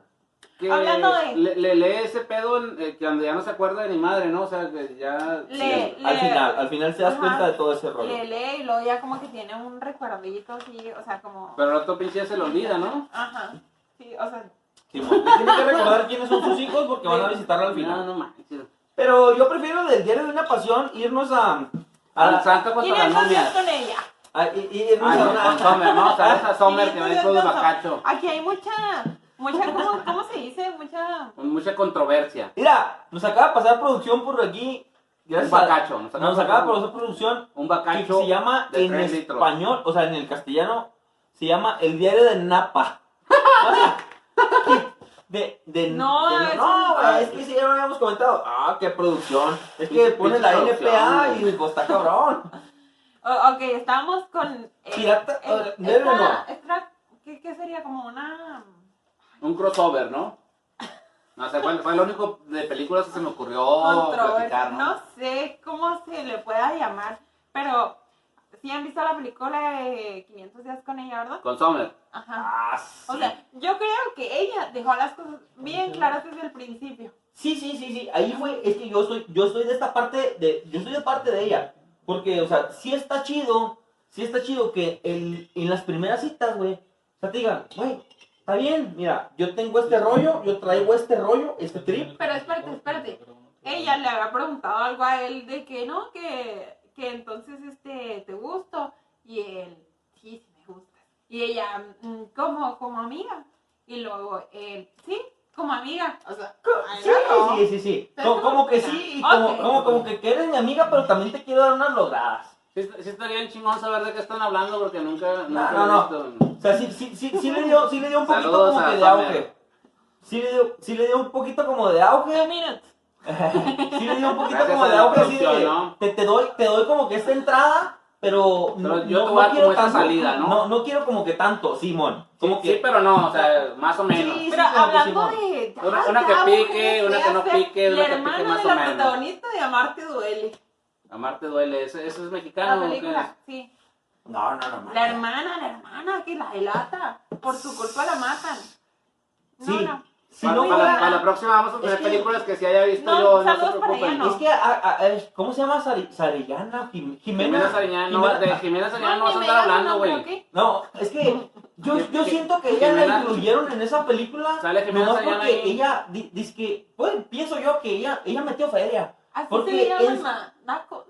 S3: que
S4: Hablando de-
S3: le, le lee ese pedo en- eh, que donde ya no se acuerda de mi madre, ¿no? O sea, que ya...
S4: Le-
S2: Sí, al
S4: le-
S2: final, al final te das
S4: Ajá.
S2: cuenta de todo ese
S4: Le
S2: rollo.
S4: lee y luego ya como que tiene un recuerdito así, o sea, como...
S3: Pero el otro pinche ya se lo olvida, ¿no?
S4: Ajá. Sí, o sea,
S2: Simón, le tiene que
S4: <laughs>
S2: recordar quiénes son sus hijos porque van a visitarlo al
S3: No,
S2: final.
S3: no manches.
S2: Pero yo prefiero del diario de una pasión irnos a. a,
S3: Al santo
S4: ¿quién
S3: contra las
S4: es
S3: momias.
S4: con ella?
S2: a- y- y irnos
S3: Ah,
S2: a
S3: no,
S2: una-
S3: con Sommer, vamos a ver esa Sommer que
S4: Siguiente
S3: ven con el
S4: dato.
S3: bacacho.
S4: Aquí hay mucha, mucha, ¿cómo, cómo se dice? Mucha...
S3: Con mucha controversia.
S2: Mira, nos acaba de pasar producción por aquí.
S3: Un
S2: Gracias a-
S3: bacacho. Nos
S2: Nos acaba de pasar producción
S3: un
S2: que
S3: bacacho
S2: se llama
S3: de
S2: en
S3: 3 litros.
S2: español, o sea, en el castellano, se llama El diario de Napa. <laughs> O sea, De, de,
S4: No,
S2: de-
S4: es
S2: no,
S4: un-
S2: güey, es que sí, ya lo habíamos comentado. Ah, qué producción. Es que
S3: Pinche-
S2: pone
S3: pinche
S2: la
S3: producción,
S2: NPA y
S3: güey.
S2: pues está cabrón.
S4: O- Oh, ok, estábamos con... eh,
S2: Pirata-
S4: el-
S2: ah,
S4: esta-
S2: debe no.
S4: esta- ¿qué, qué sería? Como una...
S3: Un crossover, ¿no? No sé, fue, fue lo único de películas que se me ocurrió
S2: Oh,
S4: controversia.
S3: platicar, ¿no?
S4: No sé cómo se le pueda llamar, pero... Si han visto la película de 500 días con ella, ¿verdad?
S3: Con Sommer.
S4: Ajá.
S2: Ah,
S4: O
S2: sí.
S4: sea, yo creo que ella dejó las cosas bien claras desde el principio.
S2: Sí, sí, sí, sí. Ahí, güey, es que yo soy, yo soy de esta parte de, yo soy de parte de ella. Porque, o sea, sí está chido, sí está chido que el, en las primeras citas, güey, o sea, te digan, güey, está bien, mira, yo tengo este rollo, yo traigo este rollo, este trip.
S4: Pero espérate, espérate. Ella le había preguntado algo a él de que no, que, que entonces este te gusto. Y él, sí, sí me gusta. Y ella, "Mm, ¿cómo? Como amiga. Y luego él, sí, como amiga. O sea,
S2: Sí,
S4: no.
S2: sí, sí, sí.
S4: Pero
S2: Co-
S4: es
S2: Como
S4: como
S2: que
S4: que-
S2: sí, y
S4: Ok.
S2: como, como, como que eres mi amiga, pero también te quiero dar unas logradas.
S3: Sí, est- sí estaría bien chingón saber de qué están hablando porque nunca... nunca
S2: no,
S3: he
S2: no.
S3: visto.
S2: O sea, sí, sí, sí, sí le dio, sí le dio un poquito
S3: Saludos
S2: como
S3: a
S2: que de
S3: Pamela.
S2: auge. Sí le, dio, sí le dio un poquito como de auge.
S4: Two minutes.
S2: Sí le dio un poquito
S3: Gracias
S2: como
S3: a
S2: de
S3: la
S2: auge así de
S3: producción,
S2: que
S3: ¿no?
S2: te, te doy, te doy como que esta entrada, pero,
S3: Pero yo te voy a dar como esta salida, ¿no?
S2: No, quiero como que tanto, Simón. Como
S3: Sí,
S2: que
S3: pero no, o sea, más o menos.
S2: Sí,
S4: Pero
S2: como que
S4: hablando
S2: sí,
S4: de. ya,
S3: Una- una
S4: ya,
S3: que pique,
S4: mujeres
S3: una que no
S4: feas,
S3: pique, una
S4: La
S3: que pique
S4: hermana
S3: más
S4: de
S3: o
S4: la
S3: menos.
S4: protagonista de Amarte Duele.
S3: Amarte duele, ¿ese, ese es
S4: La
S3: mexicano? o qué
S4: película, sí.
S2: No, no, no.
S4: La hermana, la hermana que la delata. Por su culpa la matan. No,
S2: Sí.
S4: no.
S3: es?
S2: Si
S3: para,
S2: no,
S3: para-
S4: iba-
S3: para la próxima vamos a tener
S2: Es que-
S3: películas que si haya visto
S4: No,
S3: yo, no se
S4: saludos para
S3: preocupen.
S4: ella, no.
S2: es que, a- a- a- ¿cómo se llama? Sari- Sarillana, Jim- Jimena.
S3: Jimena Sariñán, no,
S2: Jimena-
S3: de Jimena Sariñán no
S4: ni
S3: vas a
S4: me
S3: andar
S4: digas
S3: hablando,
S4: su nombre,
S3: güey.
S4: ¿ok?
S2: No, es que yo, yo
S3: Que-
S2: siento que ella la
S3: Jimena-
S2: incluyeron en esa película.
S3: Sale Jimena
S2: nomás
S3: Sariñana
S2: porque
S3: ahí.
S2: ella, di- dizque, pues pienso yo que ella, ella metió feria.
S4: Así
S2: Porque
S4: se le llaman
S2: es-
S4: ma- nacos.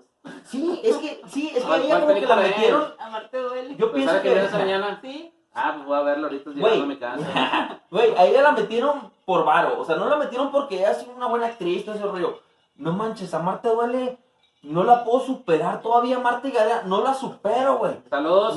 S2: Sí, es que, sí, es que
S3: Ah,
S2: ella
S3: ¿cuál
S2: como que la
S3: película es?
S2: metieron.
S4: Amarte duele.
S2: Yo
S3: Pues
S2: pienso
S3: sale Jimena
S2: que.
S3: Sariñán.
S4: Sí.
S3: Ah, pues voy a verlo ahorita
S2: Güey,
S3: llegando a mi casa.
S2: güey, a ella la metieron por varo. O sea, no la metieron porque ella es una buena actriz, todo ese rollo. No manches, a Marta duele. No la puedo superar todavía, Marta Gareda. No la supero, güey.
S3: Saludos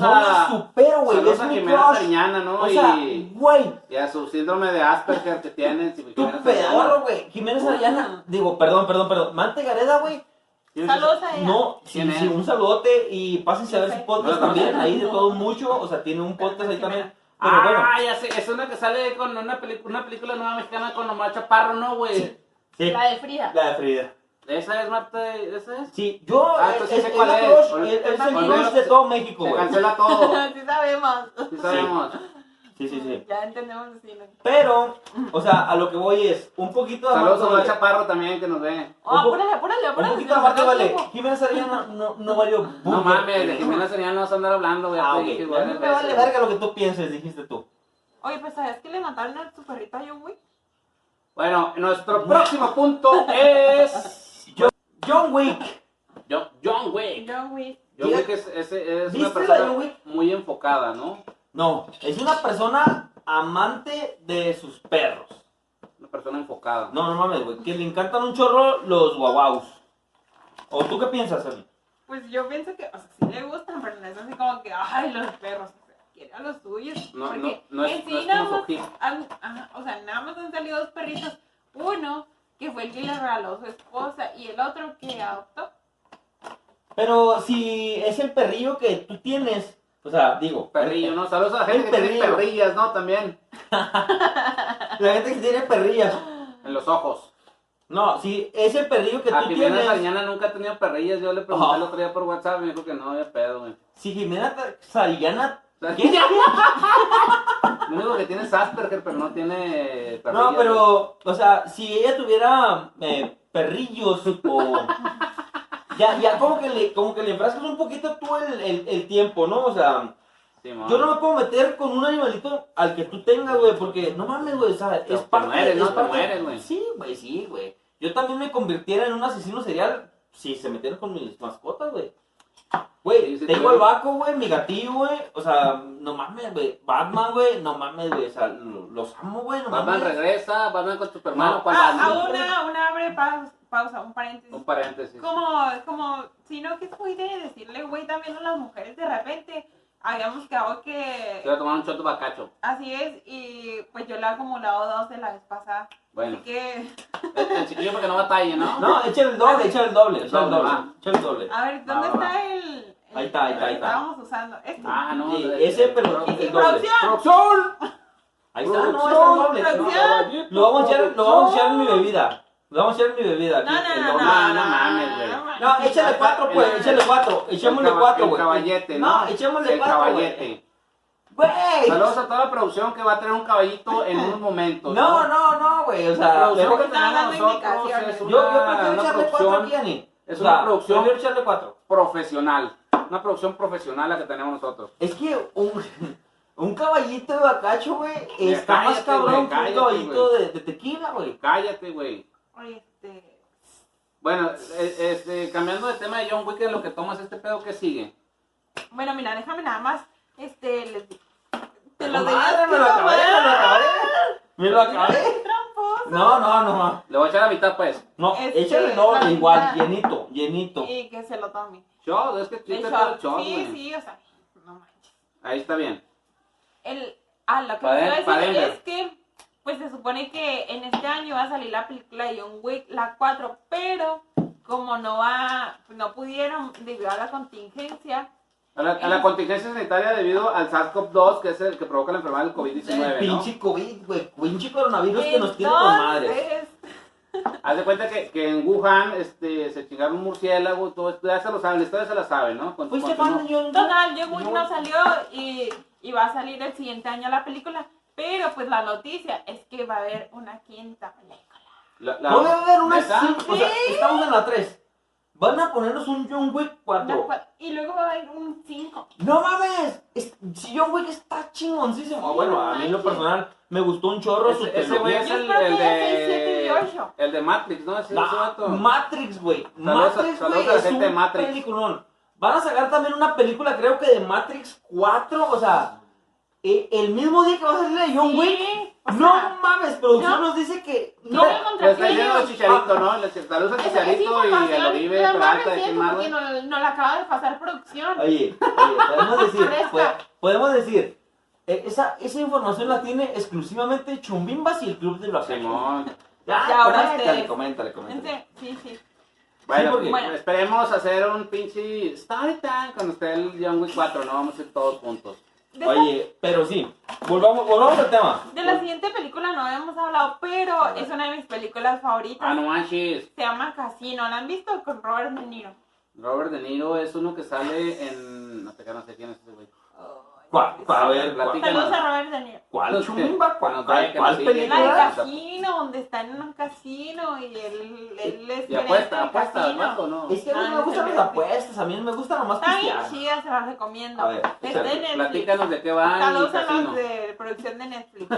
S2: <laughs> No la
S3: a...
S2: supero, güey.
S3: saludos
S2: Es
S3: a
S2: mi
S3: Jimena
S2: crush.
S3: Sariñana, ¿no?
S2: O sea,
S3: y,
S2: güey.
S3: y a su síndrome de Asperger que tiene. si
S2: Tu
S3: Jimena Sariñana.
S2: pedorro, güey. Jiménez Arellana. Digo, perdón, perdón, perdón. Mante Gareda, güey.
S3: ¿Tienes-
S4: Saludos a ella.
S2: No, sí,
S3: ¿Quién
S2: sí,
S3: es?
S2: un saludote y pásense a ver su
S4: Sí.
S2: podcast
S3: No,
S2: también.
S4: no.
S2: Ahí de todo mucho. O sea, tiene un podcast ahí también. Pero
S3: ah,
S2: bueno.
S3: ya sé, es una que sale con una, peli- una película nueva mexicana con Omar Chaparro, ¿no, güey?
S2: Sí. Sí,
S4: La de Frida.
S2: eh, la de Frida.
S3: Esa es Marta, esa es.
S2: Sí, yo.
S3: Ah,
S2: es,
S3: entonces
S2: es,
S3: sé
S2: es
S3: cuál
S2: la
S3: es.
S2: crush,
S3: Ol-
S2: es- es el
S4: Ol-
S2: crush de todo México,
S3: Se
S2: güey.
S3: cancela todo.
S2: <laughs>
S4: <laughs> sí sabemos.
S3: Sí sabemos.
S2: Sí, sí, sí.
S4: Ya entendemos el cine.
S2: Pero, o sea, a lo que voy es un poquito de
S3: Saludos a
S2: Marta
S3: Omar
S2: Vale.
S3: Chaparro también que nos ve.
S4: Oh,
S2: Un po-
S4: apúrale, apúrale, apúrale.
S2: Un
S4: si
S2: poquito de
S4: nos
S2: Marta
S4: falta
S2: Vale.
S4: tiempo.
S2: Jiménez Arellana no, no valió.
S3: No
S2: burger.
S3: mames, de Jimena Sariñana no vas a andar hablando, güey.
S2: Ah,
S3: te
S2: ok.
S3: dije,
S2: A
S3: güey,
S2: mí me
S3: de
S2: vale
S3: eso.
S2: verga lo que tú pienses, dijiste tú.
S4: Oye, pues sabes que le mataron a tu perrito a John Wick.
S3: Bueno, nuestro próximo punto es.
S2: John Wick.
S3: Jo- John Wick.
S4: John Wick.
S3: John Wick es, es- es
S2: ¿Viste la de
S3: una
S2: John
S3: persona
S2: Wick?
S3: muy enfocada, ¿no?
S2: No, es una persona amante de sus perros.
S3: Una persona enfocada.
S2: No, no mames, güey. Que le encantan un chorro los guaguaus. ¿O tú qué piensas, Eli?
S4: Pues yo pienso que, o sea, sí le gustan, pero no es así como que, ay, los perros, o sea, quiere a los suyos.
S3: No,
S4: porque
S3: no, no es,
S4: en sí
S3: no es
S4: nada
S3: como
S4: más,
S3: Sofía.
S4: han- ajá, o sea, nada más han salido dos perritos. Uno, que fue el que le regaló su esposa, y el otro que adoptó.
S2: Pero si es el perrillo que tú tienes, o sea, digo,
S3: Perrillo, ¿no? Saludos a la
S2: Un
S3: gente que tiene
S2: perrillo.
S3: perrillas, ¿no? También.
S2: <laughs> La gente que tiene perrillas.
S3: En los ojos.
S2: No, si es el perrillo que
S3: a
S2: tú
S3: Jimena
S2: tienes.
S3: Sariñana nunca ha tenido perrillas. Yo le pregunté
S2: Oh.
S3: el otro día por WhatsApp y me dijo que no había pedo, güey.
S2: Si Jimena Ta-
S3: <laughs>
S2: Sarillana.
S3: O sea,
S2: ¿Qué?
S3: Lo único que tiene es Asperger, pero no tiene perrillas.
S2: No, pero, o sea, si ella tuviera eh, perrillos o...
S3: <laughs>
S2: Ya, ya como que le, como que le enfrascas un poquito tú el, el, el tiempo, ¿no? O sea,
S3: Simón.
S2: yo no me puedo meter con un animalito al que tú tengas, güey, porque no mames, güey, o sea,
S3: Te-
S2: es
S3: te
S2: parte...
S3: mueres, ¿no?
S2: es
S3: Te
S2: parte-
S3: mueres, güey.
S2: Sí, güey, sí, güey. Yo también me convirtiera en un asesino serial si se metieran con mis mascotas, güey. Güey,
S3: Sí, sí,
S2: tengo
S3: claro.
S2: el vaco, güey, mi gatillo, güey, o sea, no mames, güey, Batman, güey, no mames, güey, o sea, lo- los amo, güey, no
S3: Batman
S2: mames.
S3: regresa, Batman con Superman.
S2: No.
S3: ¿cuál
S4: Ah,
S3: Batman?
S4: a una, una abre pausa, pausa, un paréntesis.
S3: Un paréntesis.
S4: Como, como, sino que es muy de decirle, güey, también a las mujeres de repente, habíamos quedado que
S3: Quiero tomar un shot de bacacho.
S4: así es, y pues yo le he acumulado dos de la vez pasada. Así
S2: <laughs>
S3: Bueno,
S4: que,
S3: el, el chiquillo para que no batalle, ¿no?
S2: No, echa el doble, echa el doble, echa el
S3: Doble,
S2: doble,
S3: va. Ah,
S2: echa el doble.
S4: a ver, ¿dónde
S3: Va, va, va.
S4: está el, el-
S2: Ahí está, ahí está,
S4: el
S2: ahí
S4: que
S2: está.
S4: estábamos usando? Este.
S3: Ah, no.
S2: Sí,
S3: de-
S2: ese,
S3: de-
S2: pero-
S4: y, y
S2: el doble.
S4: producción,
S3: ¡Producción!
S2: Ahí está, no, es el doble.
S4: producción.
S2: Lo vamos a echar, lo vamos a echar en mi bebida. Lo vamos a echar en mi bebida.
S4: No,
S2: aquí,
S4: no,
S2: el
S4: no,
S2: doble.
S4: no,
S3: No, no mames, güey.
S2: No, échale cuatro, pues, échale cuatro, echémosle
S3: El caba-
S2: cuatro,
S3: el
S2: güey.
S3: caballete,
S2: No,
S3: ¿no?
S2: echémosle
S3: El
S2: cuatro,
S3: caballete.
S2: güey. Güey.
S3: Saludos a toda la producción que va a traer un caballito en unos momentos.
S2: No, no, no, güey, o
S3: La
S2: sea,
S3: producción que
S2: mejor-
S4: Están dando
S3: tenemos nosotros
S4: indicaciones.
S3: es
S2: yo,
S3: una,
S2: yo prefiero
S3: una
S2: echarle cuatro
S3: producción
S2: aquí, Ani.
S3: es
S2: O
S3: una
S2: sea,
S3: producción-
S2: Prefiero echarle cuatro.
S3: profesional. Una producción profesional la que tenemos nosotros.
S2: Es que un, <laughs> un caballito de bacacho, güey, está más
S3: cállate,
S2: cabrón
S3: güey,
S2: que un
S3: cállate,
S2: caballito de, de tequila, güey.
S3: Cállate, güey.
S4: Oye,
S2: pues.
S4: este,
S3: Bueno, eh, este, cambiando de tema de John Wick, en lo que tomas este pedo que sigue.
S4: bueno, mira, déjame nada más, este, les- te lo
S2: Madre,
S4: tenías que
S2: me lo acabé, me lo
S4: tomar.
S2: acabé. Me lo acabé.
S4: <laughs>
S3: <laughs>
S4: Tramposo.
S2: No, no, no.
S3: Le voy a echar la mitad, pues.
S2: No,
S4: Este,
S2: échale no,
S4: la
S2: igual,
S4: mitad.
S2: llenito, llenito.
S4: Y que se lo tome.
S3: Shot, es que
S4: De
S3: sí te
S4: shot.
S3: el shot,
S4: sí,
S3: güey.
S4: sí, o sea, no manches.
S3: Ahí está bien.
S4: El, ah, lo que
S3: Pa'
S4: me
S3: Den-
S4: iba a
S3: pa'
S4: decir
S3: Denver.
S4: es que, pues se supone que en este año va a salir la película de John Wick, la 4, pero como no va, no pudieron debido a la contingencia,
S3: A la, a la contingencia sanitaria debido al SARS-CoV-2, que es el que provoca la enfermedad del COVID-19, ¿no?
S2: Pinche COVID, güey, pinche coronavirus que nos tiene con madre.
S4: entonces, eh,
S3: Haz de cuenta que, que en Wuhan este, se chingaron un murciélago, todo esto, ya se lo saben, la historia se la sabe, pues, ¿no? Con-
S2: Fuiste
S3: con-
S2: fan de John Wick?
S4: total, John Wick
S2: No.
S4: no salió y, y va a salir el siguiente año la película, pero pues la noticia es que va a haber una quinta película.
S3: la- la-
S2: No debe haber una
S3: ¿Neta?
S2: cinco, o sea, estamos en la 3. Van a ponernos un John Wick 4.
S4: Una cua- Y luego va a haber un 5.
S2: ¡No mames! Es- Si John Wick está chingoncísimo. Ah, bueno, a mí en lo personal me gustó un chorro su
S3: Ese, ese güey
S2: trilogía.
S3: es el,
S4: Yo creo
S3: el
S4: que ya seis, siete y
S3: de.
S4: ocho.
S3: El de Matrix, ¿no? Ese, ese
S2: La-
S3: vato.
S2: Matrix, güey.
S3: Saludos a-
S2: Matrix,
S3: saludos
S2: güey,
S3: a la
S2: es
S3: gente de
S2: un
S3: Matrix.
S2: peliculón. Van a sacar también una película, creo que de Matrix 4, o sea, eh, el mismo día que va a salir la de John
S4: Sí,
S2: Wick.
S4: o
S2: No
S4: sea,
S2: mamames, producción
S4: no.
S2: nos dice que
S4: No me
S3: Pues está lleno de
S4: contratiene.
S3: chicharito, ¿no? Le saludos a
S4: Esa- esa
S3: chicharito y
S4: información
S3: el Oribe,
S4: la más
S3: Peralta, de
S4: reciente,
S3: quién más,
S4: porque
S3: güey.
S4: no, no la acaba de pasar producción.
S2: Oye, oye, podemos decir,
S4: Presta.
S2: po- podemos decir, eh, esa, esa información la tiene exclusivamente Chumbimbas y el Club de los Simón.
S3: Simón.
S2: Ya,
S4: Ya, ahora
S2: coméntale,
S4: ustedes.
S2: coméntale, coméntale.
S4: Entonces, sí, sí.
S3: Bueno,
S2: porque-
S3: bueno, esperemos hacer un pinche story time cuando esté el John Wick 4, ¿no? Vamos a ir todos juntos.
S4: De, esa-
S2: Oye, pero sí, volvamos, volvamos al tema.
S4: de la siguiente película no hemos hablado, pero es una de mis películas favoritas.
S3: Ah, no manches.
S4: Se llama Casino. ¿La han visto? Con Robert De Niro.
S3: Robert De Niro es uno que sale en... No sé, qué, no sé quién es ese güey.
S2: ¿Cuál? cuál? A ver, ¿cuál?
S3: Platica.
S4: Saludos a Robert De Niro.
S2: ¿Cuál
S3: Los que-
S2: chumba?
S3: no
S2: ¿Cuál,
S3: saben
S2: cuál,
S3: que
S2: cuál
S3: nos siguen.
S4: La de
S2: película?
S3: Ay,
S4: Casino, donde está en un casino y él, él es
S3: Y
S4: gerente
S3: apuesta,
S4: del
S3: apuesta,
S4: casino.
S3: ¿no? no?
S2: Es que a mí no me
S4: Ah,
S2: gustan
S4: no sé.
S2: las apuestas, a mí me gusta nomás
S4: Está bien
S2: pistear.
S4: chida, se la recomiendo.
S2: A ver,
S4: Está
S2: échale.
S4: en Netflix.
S3: Platícanos de qué va el
S4: Saludos a los
S3: casino.
S4: de producción de Netflix.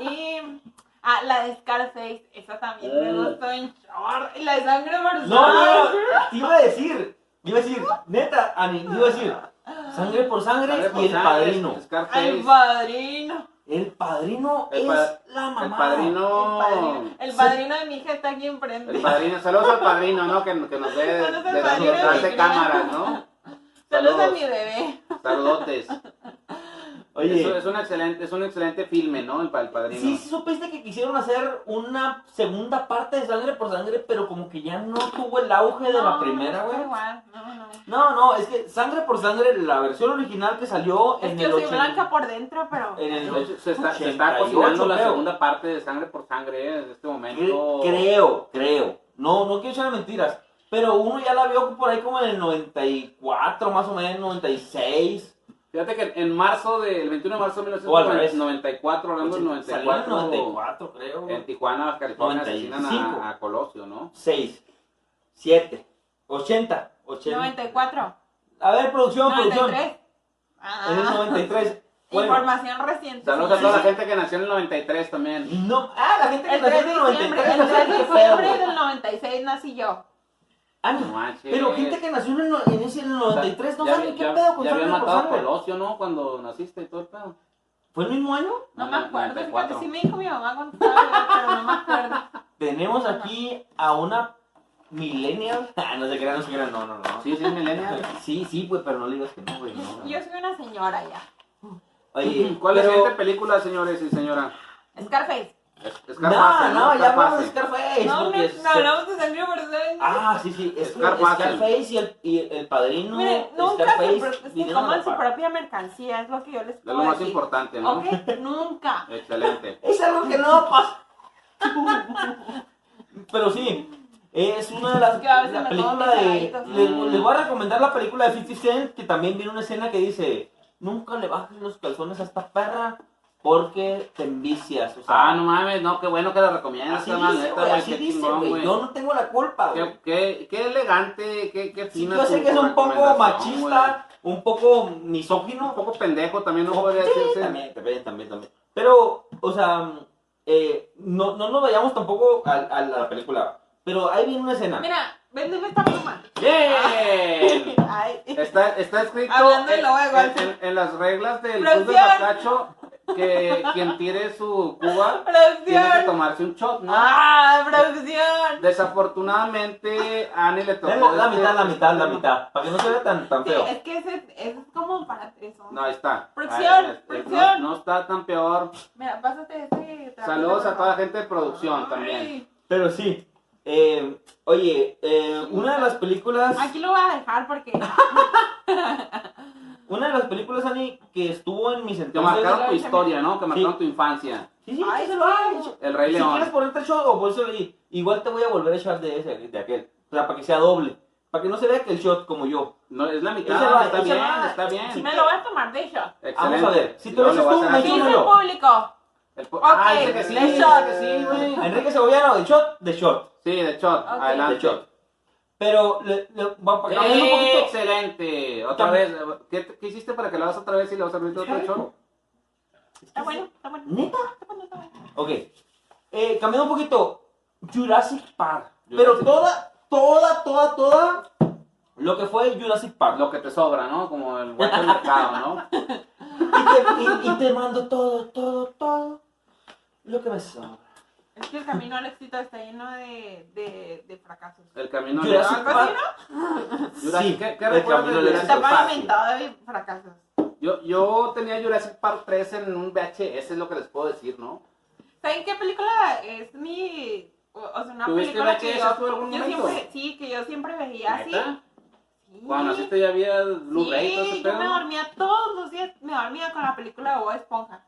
S4: y ah, la de Scarface, esa también me
S3: Eh.
S4: gustó en short. Y la de sangre
S2: Ah. No,
S4: marzana.
S2: no, no, te iba a decir, te iba a decir, neta, Ani, te iba a decir, sangre por sangre
S3: Sale por
S2: y el
S3: Sanders,
S2: padrino.
S3: Scarface.
S4: El padrino.
S2: El padrino
S3: El
S2: es
S3: pa-
S2: la mamá.
S3: El padrino.
S4: El padrino. El padrino de mi hija está aquí
S3: El
S4: enfrente.
S3: padrino. Saludos al padrino, ¿no? Que, que nos ve
S4: Saludos al
S3: desde
S4: padrino
S3: detrás de
S4: de-
S3: cámaras, ¿no?
S4: <laughs> Saludos a mi bebé.
S3: Saludotes.
S2: Oye,
S3: Eso es un excelente, es un excelente filme, ¿no? El, pa- el padrino.
S2: sí supiste que quisieron hacer una segunda parte de sangre por sangre, pero como que ya no tuvo el auge de la
S4: No,
S2: primera,
S4: está
S2: güey.
S4: igual, No, no.
S2: No, no, es que sangre por sangre, la versión original que salió
S4: Es
S2: en
S4: que
S2: el
S4: yo soy
S2: 80
S4: blanca por dentro, pero.
S2: En el
S3: De hecho, se está, se está
S2: 88,
S3: cocinando la
S2: creo.
S3: segunda parte de Sangre por Sangre en este momento.
S2: Cre- Creo, creo. No, no quiero echar mentiras. Pero uno ya la vio por ahí como en el 94, más o menos, 96.
S3: Fíjate que en marzo del 21 de marzo de
S2: O al revés.
S3: 1994, hablando del
S2: Salió en el
S3: 94,
S2: 94, creo.
S3: en Tijuana, California,
S2: 95.
S3: asesinan a, a Colosio, ¿no?
S2: 6, 7, 80, 80.
S4: 94.
S2: A ver, producción, producción.
S4: 93.
S2: En el
S4: Ah,
S2: 93. Bueno,
S4: Información reciente.
S3: Saludos a toda la gente que nació en el 93 también.
S2: no, ah, la gente que
S4: El
S2: nació
S4: 3
S2: en
S4: de
S2: el
S4: diciembre,
S2: 93.
S4: el
S2: no sabe <laughs>
S4: 3
S2: qué
S4: de
S2: pedo,
S4: diciembre
S2: güey.
S4: del 96 nací yo.
S2: Ah,
S3: No
S2: no.
S3: manches.
S2: Pero gente que nació en el, no- en ese- en el
S3: O sea,
S2: 93 no
S3: ya
S2: sabe
S3: había-
S2: qué
S3: ya-
S2: pedo con
S3: Ya había
S2: sangre por
S3: matado a
S2: sangre.
S3: Colosio, ¿no? Cuando naciste y todo el pedo.
S2: ¿Fue el mismo año?
S4: No
S3: En
S4: me
S3: el
S4: acuerdo,
S3: 94.
S4: fíjate, sí me dijo mi mamá cuando estaba viva, pero no me acuerdo.
S2: Tenemos aquí a una millennial. <laughs> Ah, no se crean, no se crean, no, no, no.
S3: Sí, sí, es millennial.
S2: Sí, sí, güey, pero no le digas que no, güey. no, no.
S4: Yo soy una señora ya.
S2: <laughs> Oye, este
S3: ¿Cuál es la
S2: pero-
S3: siguiente película, señores y señora?
S4: Scarface.
S3: Es-
S2: No,
S3: Scarface,
S2: no, ya vamos a
S3: Scarface.
S2: Scarface.
S4: No, no,
S2: porque se-
S4: no hablamos de sangre por sangre.
S2: Ah, sí, sí, es que
S3: Scarface.
S2: Scarface y el, y el padrino.
S4: Miren, nunca se
S2: Scarface,
S4: pro- es que
S2: vinieron a
S4: coman
S2: la
S4: su
S2: par.
S4: propia mercancía, es lo que yo les
S3: Es
S4: puedo
S3: lo más
S4: decir.
S3: importante, ¿no?
S4: Ok, nunca.
S3: <laughs> Excelente.
S2: Es algo que no pasa. <laughs> pero sí. Es una de las
S4: Es que a veces
S2: la
S4: me
S2: película
S4: tomo
S2: de.
S4: picaditos.
S2: Les,
S3: Mm.
S2: les voy a recomendar la película de 50 Cent, que también viene una escena que dice: Nunca le bajes los calzones a esta perra porque te envicias. O sea,
S3: Ah, no mames, no, qué bueno que la recomiendas,
S2: Así
S3: carnal,
S2: dice,
S3: neta,
S2: güey,
S3: güey,
S2: así
S3: qué
S2: dice,
S3: chingón,
S2: güey.
S3: güey.
S2: Yo no tengo la culpa, güey.
S3: Qué, qué, qué elegante, qué, qué
S2: Sí,
S3: fina.
S2: yo sé
S3: tu-
S2: que es
S3: tu
S2: un poco
S3: recomendación,
S2: machista, un poco
S3: güey. Un
S2: misógino.
S3: poco pendejo también, no podría
S2: Sí,
S3: decirse.
S2: también, también, también, también. Pero, o sea, eh, no, no nos vayamos tampoco a, a la película. Pero ahí viene una escena.
S4: Mira, véndeme esta pluma.
S2: <laughs>
S3: ¡Bien!
S4: <laughs> Ay.
S3: Está, está escrito
S4: Hablando de
S3: en,
S4: lo de
S3: en-
S4: golpe.
S3: en- en las reglas del club de
S4: Producción.
S3: Bacacho que quien tire su cuba tiene que
S4: ¡Producción!
S3: tomarse un shot, ¿no?
S4: ¡Ah, producción!
S3: Desafortunadamente, a Ani le tocó.
S2: La, la
S3: este-
S2: mitad, la mitad, la mitad. Para que no se vea tan, tan
S4: Sí,
S2: feo.
S4: es que ese, ese es como para tres
S3: No,
S4: hombres.
S3: ahí está.
S4: Producción,
S3: Ahí, este,
S4: producción.
S3: No, no está tan peor.
S4: Mira, pásate ese trapito,
S3: Saludos
S4: por
S3: a toda la
S4: favor.
S3: gente de producción
S4: Ay.
S3: también.
S2: Pero sí. eh, oye, eh, una de las películas.
S4: Aquí lo voy a dejar porque.
S3: <laughs>
S2: Una de las películas, Ani, que estuvo en mis
S3: Que
S2: entonces.
S3: marcaron tu historia, ¿no? Que marcaron
S2: Sí.
S3: tu infancia.
S2: Sí, sí,
S4: Ay,
S2: sí, se lo ha
S4: sí.
S2: hecho.
S3: El Rey
S2: Si quieres
S3: León.
S2: ponerte el shot o pónselo ahí, igual te voy a volver a echar de ese, de aquel. O sea, para que sea doble. Para que no se vea que el shot como yo.
S3: No, es la mitad,
S2: Ese va,
S3: está
S2: ese
S3: bien,
S2: va.
S3: está bien.
S2: Sí,
S4: Me lo voy a tomar de shot.
S3: Excelente.
S2: Vamos a ver, si tú
S3: Yo
S2: eres
S3: le voy a
S2: tú,
S3: hacer
S2: me
S3: a
S2: echas
S3: Ani.
S4: Dice el
S2: uno.
S4: público.
S3: El po-
S4: Ok,
S3: Ah, dice que sí,
S4: de
S3: dice
S4: shot.
S3: que sí,
S2: A
S3: güey.
S2: Enrique Segoviano, de shot, de shot.
S3: Sí, de shot,
S4: Ok.
S2: Ah, De
S3: adelante.
S2: shot. Pero, le, le- va- para cambiarle un
S3: Eh,
S2: poquito.
S3: excelente. Otra vez, ¿qué, qué hiciste para que lo hagas otra vez y le vas a meter otro shot?
S4: Está bueno, está bueno.
S3: ¿Mm?
S2: ¿Neta?
S4: Está bueno, está bueno.
S2: Ok. Eh, cambiando un poquito. Jurassic Park. Pero
S3: Jurassic
S2: toda, toda, toda, toda lo que fue Jurassic Park.
S3: Lo que te sobra, ¿no? Como el hueco del mercado, ¿no?
S2: Y te, y- y te mando todo, todo, todo. Lo que me sobra.
S4: Es que el camino al éxito está lleno de, de, de fracasos.
S3: El camino al
S2: Jurassic
S3: éxito.
S2: Park.
S3: Jurassic-
S2: Sí,
S3: ¿Qué, qué
S2: el
S3: recuerdas
S2: camino
S3: de
S2: al
S3: Jurassic
S4: Está
S2: éxito.
S3: Park?
S4: pavimentado de fracasos.
S3: Yo, yo tenía Jurassic Park 3 en un VHS, es lo que les puedo decir, ¿no?
S4: ¿Saben qué película es mi.? O o sea, una
S3: ¿Tuviste
S4: película que
S3: VHS
S4: yo,
S3: tú algún
S4: yo
S3: momento?
S4: siempre, sí, que yo siempre veía así.
S3: ¿Neta?
S4: Sí.
S3: Cuando naciste ya había Blu-ray y todo
S4: sí,
S3: ese
S4: yo
S3: pedo.
S4: me
S3: ¿no?
S4: dormía todos los días, me dormía con la película de Bob Esponja.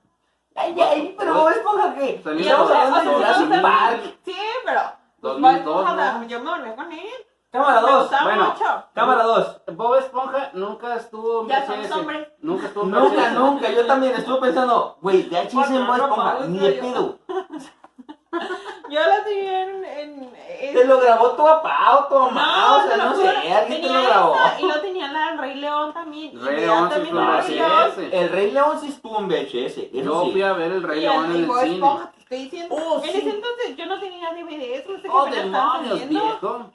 S2: Ay, ay, pero Bob Esponja, ¿qué?
S3: Salió
S2: Estamos
S3: en
S2: Pues, hablando de Jurassic
S3: 2000.
S2: Park.
S4: Sí, pero pues,
S3: 2002,
S4: Bob Esponja,
S3: ¿no?
S4: la- yo me dormía con él.
S2: Cámara
S4: me
S2: 2.
S4: gustaba
S3: bueno.
S4: mucho.
S2: Cámara 2.
S3: Bob Esponja nunca estuvo en
S4: Ya somos
S3: VHS.
S4: hombres.
S3: Nunca estuvo en
S2: Nunca,
S3: VHS.
S2: nunca. Yo también estuve pensando, güey, de aquí
S4: Bueno,
S2: en Bob
S4: no,
S2: Esponja.
S4: pues,
S2: Ni
S4: no,
S2: de
S4: yo-
S2: pedo.
S4: Yo la tenía en. en, en-
S2: Te lo grabó tu papá o tu mamá. O
S4: te
S2: sea,
S4: lo
S2: no
S4: juro,
S2: sé. Alguien te
S4: tenía
S2: lo grabó.
S4: esa Y lo tenía la del Rey León también. y
S3: Rey
S4: veía
S3: León, sí,
S4: también
S3: claro,
S4: el
S3: sí
S4: Rey León.
S3: es.
S2: El Rey León sí estuvo en VHS.
S3: Yo
S2: Eso
S3: fui
S2: sí.
S3: a ver el Rey
S4: Y
S3: León
S4: el
S3: en el
S4: Bob
S3: cine.
S4: Esponja, te estoy diciendo.
S2: Oh,
S4: en
S2: sí.
S4: ese entonces yo no tenía DVDs, no sé
S3: ¡Oh,
S4: qué me estaban
S3: demonios,
S4: haciendo.
S3: viejo!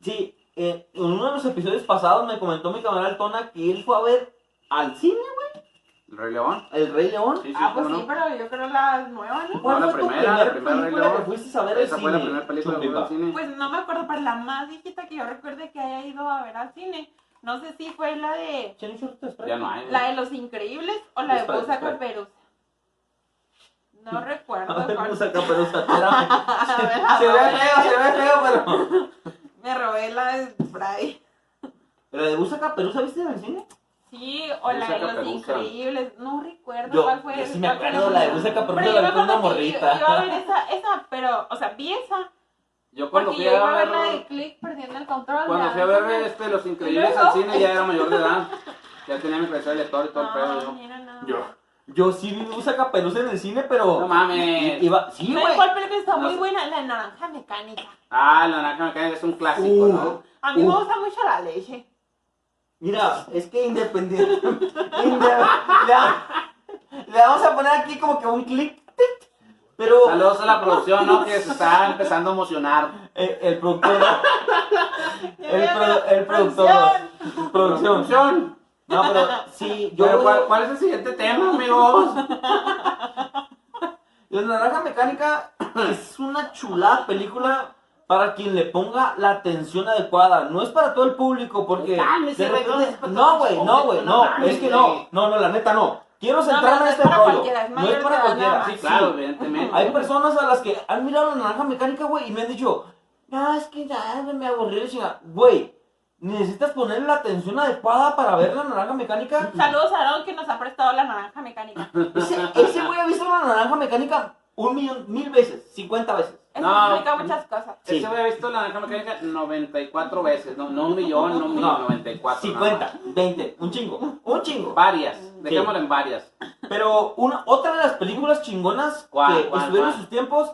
S2: Sí, eh, en uno de los episodios pasados me comentó mi camarada Tona que él fue a ver al cine
S3: ¿El Rey León?
S2: El Rey León.
S3: Sí, sí,
S4: Ah, pues
S3: cómo
S4: sí, pero yo creo las nuevas, ¿no?
S2: ¿Cuál
S3: No, la
S2: fue tu
S3: primera,
S2: primer
S3: la primera Rey
S2: película
S3: León.
S2: que fuiste a ver al
S3: Esa fue la
S2: cine,
S3: primera película que fui
S2: Chumpipa?
S3: al cine.
S4: Pues no me acuerdo, pero la más viejita que yo recuerde que haya ido a ver al cine. No sé si fue la de
S2: ¿Quién hizo esto? Espera.
S3: ya no <laughs> hay.
S4: la de los increíbles o la de
S2: Espera,
S4: Busa
S2: espera.
S4: Caperuza. No
S2: <laughs>
S4: recuerdo
S2: <laughs> A ver,
S4: cuál.
S2: usa
S3: <laughs>
S2: caperuza, espérame.
S4: <laughs> A ver,
S2: Se ve
S4: a ver.
S2: feo, se ve feo, pero.
S4: Me robé la de Fry.
S2: Pero de Busa Caperuza, ¿viste en el cine?
S4: Sí, o la
S3: Busa
S4: de los
S3: Caperuza.
S4: increíbles. No recuerdo
S2: Yo,
S4: cuál fue.
S2: yo sí me
S4: cuál fue
S2: acuerdo, la de
S4: primera.
S2: Busa Caperuza la
S4: Pero yo me
S2: vi con una
S4: acuerdo que yo-
S2: morrita.
S4: Yo iba a ver esa, esa, pero, o sea, vi esa.
S3: Yo cuando
S4: Porque
S3: fui
S4: yo iba
S3: a
S4: a ver la
S3: ver,
S4: de Click perdiendo el control.
S3: cuando
S4: ya,
S3: fui a
S4: no sé
S3: ver
S4: qué.
S3: este, Los
S4: ¿Y
S3: Increíbles
S4: luego?
S3: al cine ya era mayor de
S4: <laughs>
S3: edad. Ya tenía mi credencial de lector y todo el pedo.
S4: Ah,
S3: yo.
S4: mira, no.
S2: Yo sí vi Busa Caperuza en el cine, pero.
S3: No mames.
S2: Iba... Sí,
S4: ¿Sabes
S2: güey.
S4: cuál película está
S3: No
S4: muy
S3: sé.
S4: buena? La de Naranja Mecánica.
S3: Ah, la naranja mecánica es un clásico,
S2: Uh.
S3: ¿no?
S4: A mí
S2: Uh.
S4: me gusta mucho la leche.
S2: Mira, es que independiente. <laughs> Inde- le, va- le vamos a poner aquí como que un clic. tic, Pero.
S3: Saludos a la producción, ¿no? Que se está empezando a emocionar.
S2: eh, el productor. El, pro- el productor. Producción.
S3: Producción.
S2: No, pero sí, yo.
S3: Pero, ¿cuál, cuál es el siguiente tema, amigos?
S2: La Naranja Mecánica <clears throat> es una chulada película para quien le ponga la atención adecuada. No es para todo el público porque...
S3: Cálmese,
S2: de
S3: güey, no es
S2: repente-
S3: para
S2: No,
S3: todo el
S2: güey, no, güey,
S3: público, no
S2: no.
S3: mames,
S2: Es que
S3: güey.
S2: no. No, no, la neta no. Quiero
S4: No,
S2: centrarme en
S4: no es
S2: este
S4: para
S2: rollo.
S4: cualquiera, es
S2: No
S4: mayor
S2: es
S4: de
S2: para
S4: edad
S2: cualquiera.
S4: nada
S2: <laughs> Sí, pues,
S4: más.
S3: Claro,
S2: sí.
S3: evidentemente.
S2: Hay personas a las que han mirado la Naranja Mecánica, güey, y me han dicho... No, es que ya me aburrí, chinga. Güey, necesitas ponerle la atención adecuada para ver la Naranja Mecánica.
S4: Saludos a Aaron que nos ha prestado la
S3: <laughs>
S4: naranja mecánica.
S2: <laughs> Ese ese güey ha visto la Naranja Mecánica un millón, mil veces, cincuenta veces.
S4: Eso
S3: No.
S4: explica muchas cosas.
S2: Sí.
S3: Ese Este güey ha visto la naranja mecánica 94 veces. No, no un millón, no un millón,
S2: No,
S3: 94. nada más.
S2: 50, 20, un chingo, un chingo.
S3: Varias. Dejémoslo en varias.
S2: Pero una, otra de las películas chingonas
S3: ¿Cuál,
S2: que
S3: cuál,
S2: estuvieron
S3: cuál?
S2: en sus tiempos.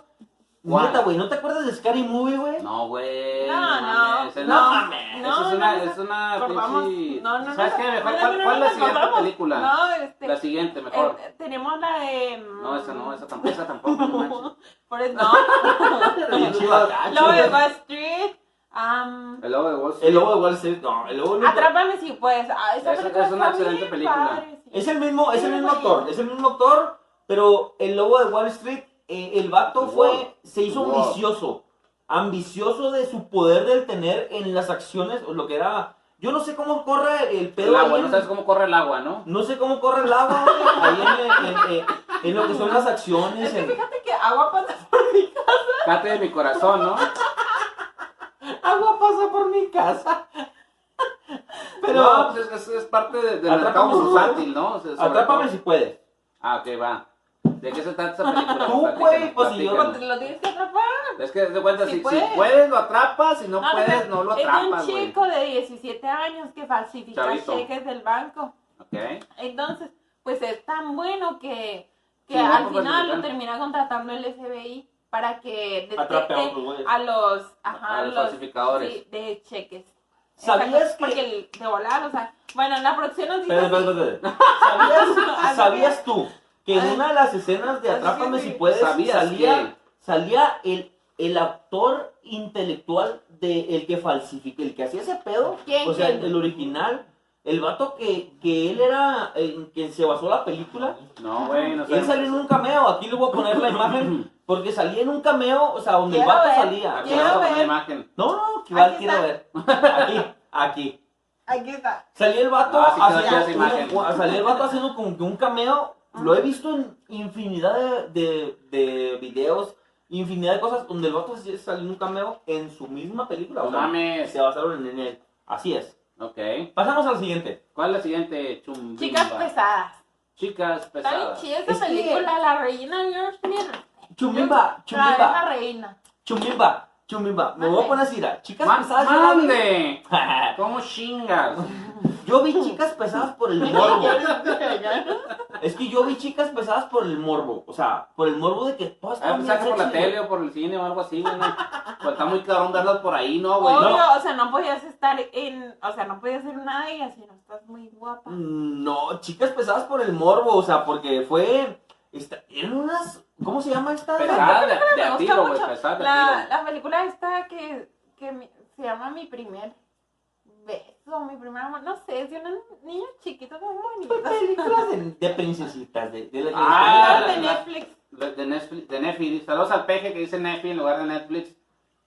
S3: ¿Cuál?
S2: Neta, güey, ¿no te acuerdas de Scary Movie, güey?
S3: No, güey.
S4: No,
S3: mames,
S4: no,
S3: ese
S2: no mames.
S4: No,
S3: Eso es
S4: no,
S3: una,
S4: no,
S3: es una
S4: Cortamos.
S3: pinche-
S4: No, no, no.
S3: ¿Sabes
S4: no,
S3: qué?
S4: no,
S3: Mejor,
S4: no,
S3: ¿cuál,
S4: no,
S3: cuál
S4: no,
S3: es la
S4: no,
S3: siguiente
S4: cortamos.
S3: película?
S4: No, este.
S3: La siguiente, mejor.
S4: eh, tenemos la de.
S3: <laughs>
S4: mm,
S3: No, esa no, esa Ah, tampoco,
S4: <laughs>
S3: esa tampoco. no manches. <laughs>
S4: Por eso no.
S2: Pinche bacacho,
S4: Luego de
S2: güey.
S4: Wall Street. Am,
S3: El lobo de Wall Street.
S2: El lobo de Wall Street, no, el lobo nunca-
S4: Atrápame si puedes. Ah, esa
S3: Esa
S4: película
S3: es una
S4: está
S3: excelente
S4: bien
S3: película.
S4: padre, sí.
S2: Es el mismo, es el mismo actor, es el mismo actor, pero el lobo de Wall Street, eh, el vato
S3: Wow.
S2: fue, se hizo
S3: Wow.
S2: ambicioso, ambicioso de su poder del tener en las acciones, o lo que era, yo no sé cómo corre el pedo
S3: El
S2: ahí
S3: agua,
S2: en-
S3: no sabes cómo corre el agua, ¿no?
S2: no sé cómo corre el agua güey, ahí en, eh, en- en- en lo que son las acciones,
S4: Es que
S2: en-
S4: fíjate que agua pasa,
S3: Cate de mi corazón, ¿no?
S2: agua pasa por mi casa, pero
S3: no, pues es, es- es parte de- del mercado
S2: Atrápame si
S3: bursátil, ¿no? O sea, sobre
S2: atrápame
S3: todo-
S2: si puedes,
S3: Ah, ok, va. ¿De qué se trata esa película?
S2: Tú, güey,
S3: Platícanos,
S2: pues, si yo-
S3: platícanos.
S4: lo tienes que atrapar.
S3: Es que de cuenta,
S4: Si
S3: si, si puedes.
S4: puedes.
S3: lo atrapas, si no,
S4: No, no,
S3: puedes, no lo
S4: es de
S3: atrapas,
S4: un
S3: güey.
S4: chico de 17 años que falsifica
S3: Chavito.
S4: cheques del banco.
S3: Ok.
S4: Entonces, pues es tan bueno que, que
S3: Sí, no,
S4: al
S3: pues,
S4: final lo
S3: vale.
S4: termina contratando el FBI para que
S2: atrape a otros
S4: detecte
S2: güeyes.
S4: a los, ajá,
S3: A los falsificadores.
S4: sí, de cheques.
S2: ¿Sabías
S4: Exacto,
S2: que-
S4: Porque el de volar, o sea, bueno, la producción nos dice...
S2: Espera, espera, espera, espera. ¿Sabías,
S4: Así
S2: sabías tú que en
S4: Ay.
S2: una de las escenas de
S4: Así
S2: Atrápame
S4: que-
S2: si puedes
S3: ¿Sabías
S2: salía, salía el, el actor intelectual de el que falsificó, el que hacía ese pedo?
S4: ¿Quién,
S2: O sea,
S4: quién?
S2: el original, el vato que, que él era, en que se basó la película.
S3: No, güey, no sé.
S2: Él salió en un cameo, aquí le voy a poner la imagen, porque salía en un cameo, o sea, donde el
S4: Quiero
S2: vato
S4: ver.
S2: salía.
S3: Aquí
S4: Quiero
S3: vamos a poner
S4: ver.
S3: imagen.
S2: No, no, que igual
S4: Aquí
S2: quiero
S4: está.
S2: ver. Aquí, aquí.
S4: Aquí está.
S2: Salía el vato
S3: Ah, sí, claro,
S2: haciendo,
S3: sí, las imágenes.
S2: un- salía el vato haciendo como que un cameo.
S4: Ajá.
S2: Lo he visto en infinidad de, de, de videos, infinidad de cosas donde el vato sí salió en un cameo en su misma película.
S3: No
S2: o sea,
S3: mames.
S2: Se basaron en él. Así es.
S3: Ok.
S2: Pasamos al siguiente.
S3: ¿Cuál es la siguiente chumba?
S4: Chicas pesadas.
S3: Chicas
S4: Está bien
S3: pesadas.
S4: chida esa
S2: Es que-
S4: película, La Reina de George
S2: Chumimba,
S4: La de la
S2: chumimba,
S4: reina.
S2: chumimba, chumimba. Me voy a
S4: Mande.
S2: poner así, mira, chicas
S3: Ma-
S2: pesadas. yo la vi-
S3: ¡Mande!
S2: <laughs>
S3: ¿Cómo chingas?
S2: Yo vi chicas pesadas por el morbo. Es que yo vi chicas pesadas por el morbo. O sea, por el morbo de que todas
S3: A
S2: estaban
S3: ver,
S2: bien
S3: Ah, pues, saca por la
S2: sexy, güey.
S3: tele o por el cine o algo así, güey. ¿no? Pues está muy cabrón verlas por ahí, ¿no, güey?
S4: Obvio,
S2: no.
S4: o sea, no podías estar en, o sea, no podías hacer nada y así no estás muy guapa.
S2: Mm, No, chicas pesadas por el morbo, o sea, porque fue. esta- eran unas. ¿Cómo se llama esta?
S3: Pesadas de, de
S4: Me
S3: a
S4: gusta
S3: tiro, güey. pues,
S4: mucho
S3: Pesadas de
S4: la,
S3: a
S4: la película esta que, que mi- se llama Mi primer beso, mi primer amor, no sé, es de unos niños chiquitos muy
S2: Fue <laughs>
S4: bonitos.
S2: Películas de, de princesitas, de, de la- de la-
S3: Ah,
S4: Las de
S3: la-
S4: Netflix.
S3: tiro. De Netflix, de Netflix. Saludos al peje que dice Netflix en lugar de Netflix.